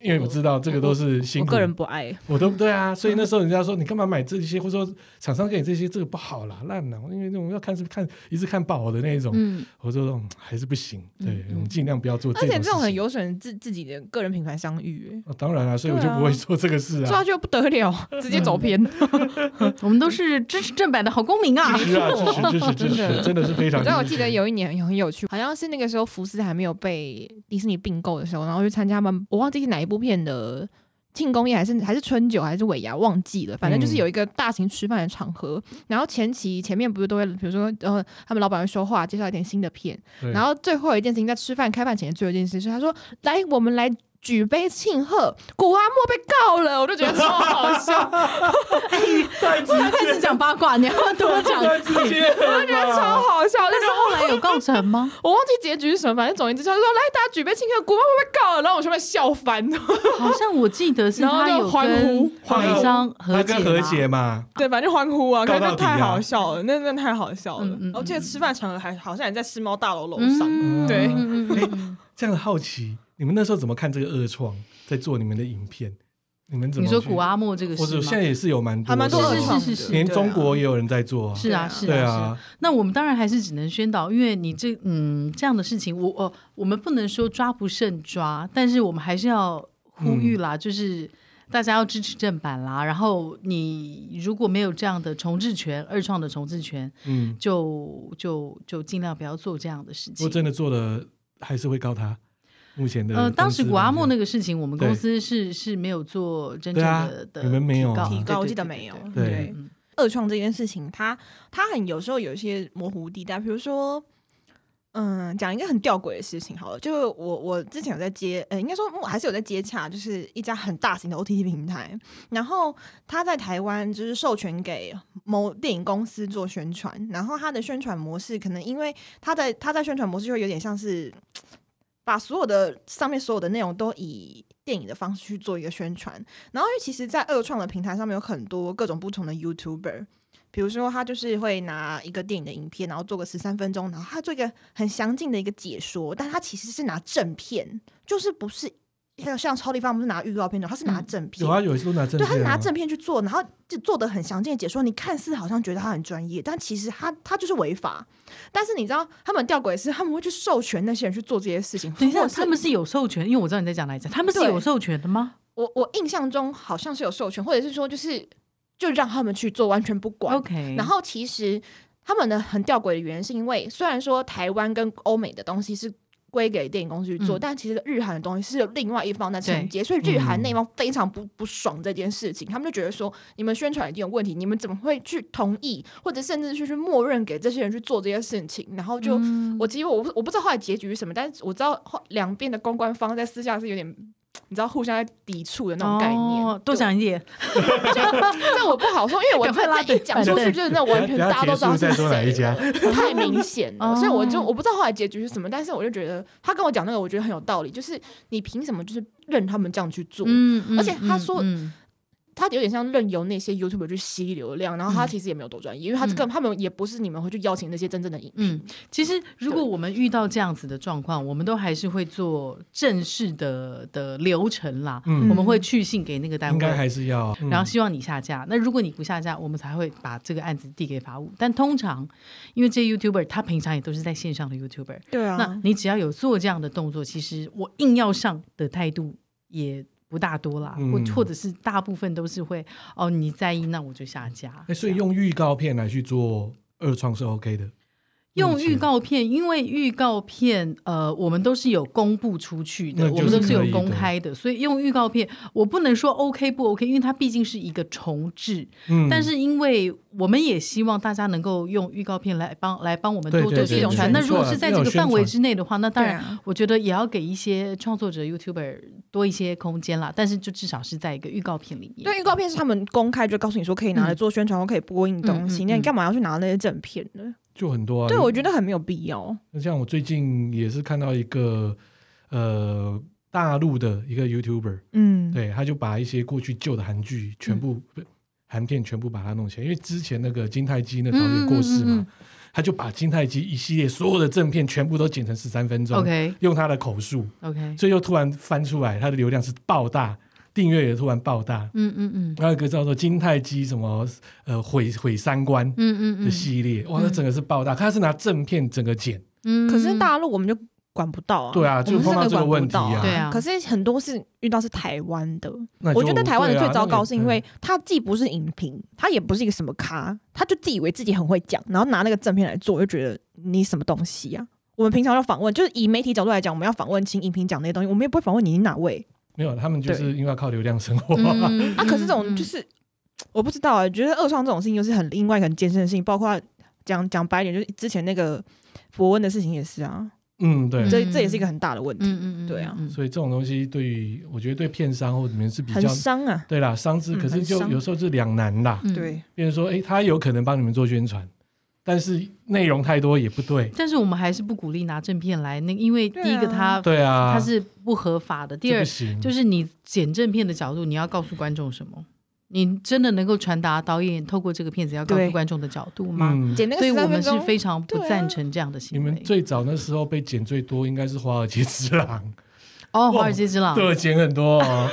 S2: 因为我知道这个都是辛
S3: 我
S2: 苦，
S3: 个人不爱，
S2: 我都对啊，所以那时候人家说你干嘛买这些，或者说厂商给你这些，这个不好啦，烂啦，因为那种要看是看一直看爆的那一种，
S1: 嗯，
S2: 我说嗯还是不行，对
S1: 嗯，
S2: 我们尽量不要做这
S3: 而
S2: 种
S3: 且
S2: 事
S3: 这
S2: 情。
S3: 种很有损自自己的个人品牌商
S5: 欸
S3: 誉，
S2: 哦当然了，所以我就
S3: 对啊
S2: 不会做这个事
S3: 哎，做
S2: 啊
S3: 下。去又不得 了，直接走偏。
S1: 我们都是支持正版的好公民啊
S2: 支。持啊， 支持支持支
S3: 真
S2: 持，
S3: 的
S2: 真的是非常支持。
S3: 你知道，我记得有一年很有趣，好像是那个时候福斯还没有被迪士尼并购的时候，然后去参加他们，我忘记是哪一部片的庆功宴，还是还是春酒，还是尾牙，忘记了。反正就是有一个大型吃饭的场合，然后前期前面不是都会，比如说呃，他们老板会说话，介绍一点新的片，
S2: 对，
S3: 然后最后一件事情在吃饭开饭前最后一件事是，他说来，我们来。举杯庆贺，古阿莫被告了，我就觉得超好笑，
S1: 突然开始讲八卦，你要多讲
S2: 太
S1: 一
S2: 直
S1: 点。
S2: 接了
S3: 超
S2: 吧，
S3: 好笑。但
S1: 但
S3: 是
S1: 是后来有告成吗？
S3: 我忘记结局是什么，反正总而言之，他就说来大家举杯庆贺，国王会被告了，然后我全被笑翻。
S1: 好像我记得是
S3: 然后
S1: 他
S3: 就
S1: 有
S3: 欢
S1: 跟
S3: 呼
S1: 买商和
S2: 他
S1: 解嘛
S2: 跟和解嘛，
S3: 对，反正就欢呼啊，
S2: 告
S3: 看
S2: 到
S3: 那
S2: 底啊
S3: 太好笑了，那那太好笑了。
S1: 嗯嗯嗯
S3: 然后我记得吃饭场合还好像也在世贸大楼楼上，
S1: 嗯，
S3: 对
S1: 嗯嗯嗯
S2: 这样的好奇，你们那时候怎么看这个恶创在做你们的影片？你们怎
S1: 你
S2: 么去？
S1: 说古阿莫这个
S2: 或
S1: 事
S2: 者
S1: 吗？
S2: 现在也是有蛮多
S3: 还蛮多
S2: 的
S1: 是
S3: 二
S1: 是
S3: 创
S1: 是
S3: 的
S1: 是
S2: 连
S3: 对啊
S2: 中国也有人在做啊，
S1: 是啊，
S3: 对啊
S1: 是
S2: 对
S1: 啊，是。
S2: 啊，
S1: 那我们当然还是只能宣导，因为你这嗯这样的事情，我哦，我们不能说抓不胜抓，但是我们还是要呼吁啦，
S2: 嗯
S1: 就是大家要支持正版啦。然后你如果没有这样的重置权、二创的重置权，
S2: 嗯，
S1: 就就就尽量不要做这样的事
S2: 如
S1: 情
S2: 果。真的做了，还是会告他。目前的
S1: 呃，当
S2: 公司
S1: 时古阿莫
S2: 的
S1: 那个事情，我们公司是是没有做真正
S2: 对啊
S1: 的的
S2: 你们没有啊
S3: 提
S1: 对
S3: 高
S1: 对
S3: 我记得
S1: 对
S3: 没有
S1: 对。
S2: 对
S3: 对
S1: 嗯
S3: 二创这件事情，它它很有时候有一些模糊地带，比如说，嗯，讲一个很吊诡的事情好了，就我我之前有在接，呃，应该说我还是有在接洽，就是一家很大型的 OTT 平台，然后它在台湾就是授权给某电影公司做宣传，然后它的宣传模式可能因为它的它在宣传模式就会有点像是把所有的上面所有的内容都以电影的方式去做一个宣传，然后因为其实，在二创的平台上面有很多各种不同的 YouTuber，比如说他就是会拿一个电影的影片，然后做个十三分钟，然后他做一个很详尽的一个解说，但他其实是拿正片，就是不是像像超立方不是拿预告片的，他是拿
S1: 嗯
S3: 正片。
S2: 有啊，有些都拿证、
S3: 对，
S2: 啊，
S3: 他是拿正片去做，然后就做的很详尽的解说。你看似好像觉得他很专业，但其实他他就是违法。但是你知道，他们吊诡的是他们会去授权那些人去做这些事情。
S1: 等一下，
S3: 或者是
S1: 他们是有授权，因为我知道你在讲哪一家，他们是
S3: 对
S1: 有授权的吗？
S3: 我我印象中好像是有授权，或者是说就是就让他们去做，完全不管。
S1: OK，
S3: 然后其实他们的很吊诡的原因，是因为虽然说台湾跟欧美的东西是归给电影公司去做，
S1: 嗯
S3: 但其实日韩的东西是有另外一方在
S1: 对
S3: 承接，所以日韩
S2: 嗯
S3: 那一方非常不不爽这件事情，他们就觉得说你们宣传一定有问题，你们怎么会去同意，或者甚至是去默认给这些人去做这些事情，然后就。
S1: 嗯
S3: 我其实我不我不知道后来结局是什么，但是我知道后两边的公关方在私下是有点，你知道互相在抵触的那种概念。
S1: 哦、
S3: 对
S1: 多讲一点，
S3: 这我不好说，因为我
S1: 赶快拉
S3: 这一讲出去，就是那完全
S2: 等一
S3: 大
S2: 下
S3: 家都知
S2: 等
S3: 道
S2: 一下结束再
S3: 是
S2: 说哪一
S3: 谁
S2: 家
S3: 了，太明显
S1: 哦
S3: 了，所以我就我不知道后来结局是什么，但是我就觉得他跟我讲那个，我觉得很有道理，就是你凭什么就是任他们这样去做？
S1: 嗯嗯
S3: 而且他说
S1: 嗯
S3: 他有点像任由那些 YouTube 去吸流量，然后他其实也没有多专业，因为他这个他们也不是你们会去邀请那些真正的影
S1: 嗯
S3: 评，
S1: 其实如果
S3: 对
S1: 我们遇到这样子的状况，我们都还是会做正式的的流程啦，
S2: 嗯
S1: 我们会去信给那个单
S2: 应
S1: 位
S2: 该。还是要。嗯
S1: 啊然后希望你下架。那如果你不下架，我们才会把这个案子递给法务。但通常，因为这些 YouTuber 他平常也都是在线上的 YouTuber，
S3: 对啊
S2: 啊
S1: 那，你只要有做这样的动作，其实我硬要上的态度也不大多啦，
S2: 嗯
S1: 或、或者是大部分都是会哦，你在意那我就下架。
S2: 哎、所以用预告片来去做二创是 OK 的，
S1: 用预告片，因为预告片呃，我们都是有公布出去的，
S2: 那
S1: 我
S2: 就是
S1: 们都是有
S2: 可以的
S1: 公开的，所以用预告片，我不能说 OK 不 OK，因为它毕竟是一个重置，
S2: 嗯
S1: 但是因为我们也希望大家能够用预告片来帮来帮我们
S2: 对
S1: 多
S2: 对
S1: 做
S3: 对
S1: 宣传。
S3: 对
S1: 那如果是在这个范围之内的话，那当
S3: 对
S1: 然
S3: 啊
S1: 我觉得也要给一些创作者 YouTuber 多一些空间啦。但是就至少是在一个预告片里面。
S3: 对，预告片是他们公开就告诉你说可以拿来做宣传或可以播映的东
S1: 嗯
S3: 西，
S1: 嗯嗯
S3: 那你干嘛要去拿那些正片呢？
S2: 就很多啊。
S3: 对，我觉得很没有必要。
S2: 那像我最近也是看到一个呃大陆的一个 YouTuber，
S3: 嗯，
S2: 对，他就把一些过去旧的韩
S1: 嗯
S2: 剧全部、不韩片全部把它弄起来，因为之前那个金泰基那导演过世嘛，
S1: 嗯嗯嗯嗯
S2: 他就把金泰基一系列所有的正片全部都剪成十三分钟
S1: OK
S2: 用他的口述，
S1: OK，
S2: 所以又突然翻出来，他的流量是爆大，订阅也突然爆大。
S1: 嗯嗯嗯
S2: 还有一个叫做金泰基什么呃毁毁三观
S1: 嗯嗯
S2: 的系列，哇，那整个是爆大，他是拿正片整个剪，
S1: 嗯，
S3: 可是大陆我们就管不到啊。
S2: 对啊
S3: 我们
S2: 就碰到
S3: 真
S2: 这
S3: 的
S2: 个
S3: 管
S2: 问
S3: 不
S2: 题
S3: 到
S2: 啊
S1: 对啊
S3: 可是很多是遇到是台湾的，
S2: 那就
S3: 我觉得台湾的
S2: 对啊
S3: 最糟糕是因为
S2: 那个
S3: 他既不是影评，他也不是一个什么咖，他就自以为自己很会讲，然后拿那个正片来做，就觉得你什么东西啊？我们平常要访问，就是以媒体角度来讲，我们要访问请影评讲那些东西，我们也不会访问你哪位
S2: 没有，他们就是因为要靠流量生活，
S1: 嗯
S3: 啊。可是这种就。
S1: 嗯嗯
S3: 是、我不知道啊、觉得二创这种事情又是很另外一个很艰深的事情，包括讲讲白一点，就是之前那个博文的事情也是啊，
S2: 嗯，对。
S3: 这这也是一个很大的问题，
S1: 嗯嗯嗯，
S3: 对啊
S1: 嗯，
S2: 所以这种东西对于我觉得对片商或者你们是比
S3: 很
S2: 较
S3: 伤啊。
S2: 对啦，商资
S3: 嗯
S2: 可是
S3: 很
S2: 就
S3: 伤
S2: 有时候是两难啦。
S1: 嗯。
S3: 对，
S2: 比如说，哎，他有可能帮你们做宣传，但是内容太多也不对。
S1: 但是我们还是不鼓励拿正片来，那因为第
S3: 对啊
S1: 一个它
S2: 对啊，
S1: 它是不合法的，第
S2: 这
S1: 二
S2: 不行，
S1: 就是你剪正片的角度，你要告诉观众什么？你真的能够传达导演透过这个片子要告诉
S3: 对
S1: 观众的角度吗？
S2: 嗯，
S3: 剪那个
S1: 所以
S3: 13
S1: 我们
S3: 分
S1: 是
S3: 钟
S1: 非常不
S3: 对啊
S1: 赞成这样的
S2: 你
S1: 行为。
S2: 们最早那时候被剪最多应该是《华尔街之狼
S1: 哦，华尔街
S3: 啊
S1: 之》，狼，
S2: 对，剪很多 哦，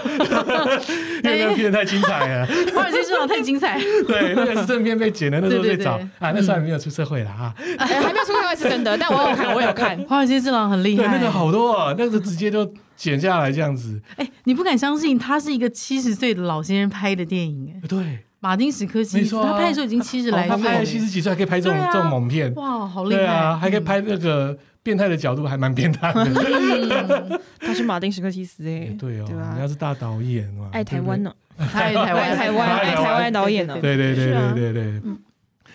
S2: 因为那个片太精彩了。
S1: 华尔街之狼太精 彩。
S2: 对，那个是正片被剪的，那时候
S1: 对对
S2: 最早
S1: 对
S2: 啊，那时候还没
S3: 嗯
S2: 有出社会啦啊。
S3: 哎还没有出另外是真的，但我有看，我 有 看。
S1: 华尔街之狼很厉
S2: 对，
S1: 害，
S2: 那个好多，哦，那个直接就剪下来这样子。
S1: 哎，你不敢相信，他是一个七十岁的老先生拍的电影，哎，
S2: 对，
S1: 马丁·史科西
S2: 没
S1: 斯，
S2: 错啊
S1: 他拍的时候已经七十
S2: 哦
S1: 来
S2: 他
S1: 岁
S2: 拍
S1: 了，
S2: 七十几岁还可以拍这种、
S1: 对啊
S2: 这种猛片，
S1: 哇，好厉
S2: 对
S1: 害嗯
S2: 啊，还可以拍那个变态的角度，还蛮变态的。
S3: 他是马丁·史克西斯哎、
S2: 哎对哦，
S3: 对
S2: 人
S3: 啊
S2: 家是大导演嘛，
S3: 爱台湾
S2: 呢。
S1: 哦
S3: 呢、
S1: 拍台湾，
S3: 爱台湾，
S2: 爱
S3: 爱
S2: 台湾
S3: 台湾导演呢、
S2: 对对对
S3: 是
S2: 对
S3: 啊
S2: 对对。
S1: 嗯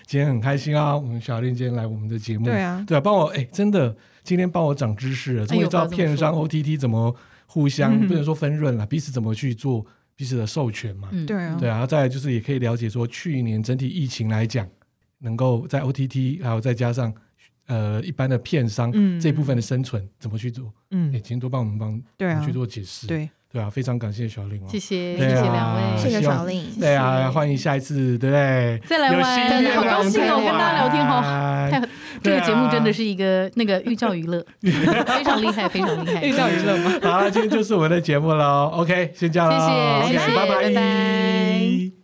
S2: 今天很开心啊，我们小令今天来我们的节目，
S3: 对啊
S2: 对啊，帮我哎，真的今天帮我长知识了，
S1: 哎
S2: 终于
S1: 呦
S2: 知道
S1: 不要这么
S2: 片商
S1: 说
S2: OTT 怎么互 相
S3: 嗯
S2: 不能说分润了，彼此怎么去做彼此的授权嘛，
S1: 嗯
S3: 对啊
S2: 对啊，再来就是也可以了解说，去年整体疫情来讲，能够在 OTT 还有再加上呃一般的片商、
S3: 嗯
S2: 这部分的生存怎么去做，也、
S3: 嗯，
S2: 请多帮我们帮
S3: 对
S2: 我
S3: 啊
S2: 们去，做解释。
S3: 对，
S2: 对啊，非常感谢小令哦。
S1: 谢谢，
S2: 对
S1: 谢谢
S2: 啊
S1: 两位，
S2: 谢谢小
S5: 令
S2: 对啊，欢迎下一次，对不对？
S1: 再来
S2: 有
S1: 玩
S2: 新片啊
S3: 好
S2: 来
S3: 高兴
S2: 我
S3: 哦
S2: 们再
S3: 跟大家
S1: 聊天哦
S2: 玩
S1: 太这
S2: 对
S1: 个
S2: 啊
S1: 节目真的是一个那个寓教于 乐，非常厉害，非常厉害，
S3: 寓教于哎乐嘛。
S2: 哦好，今天就是我们的节目喽。OK，先这样喽。
S1: 谢谢
S2: OK，
S1: 谢谢
S2: 拜
S1: 拜拜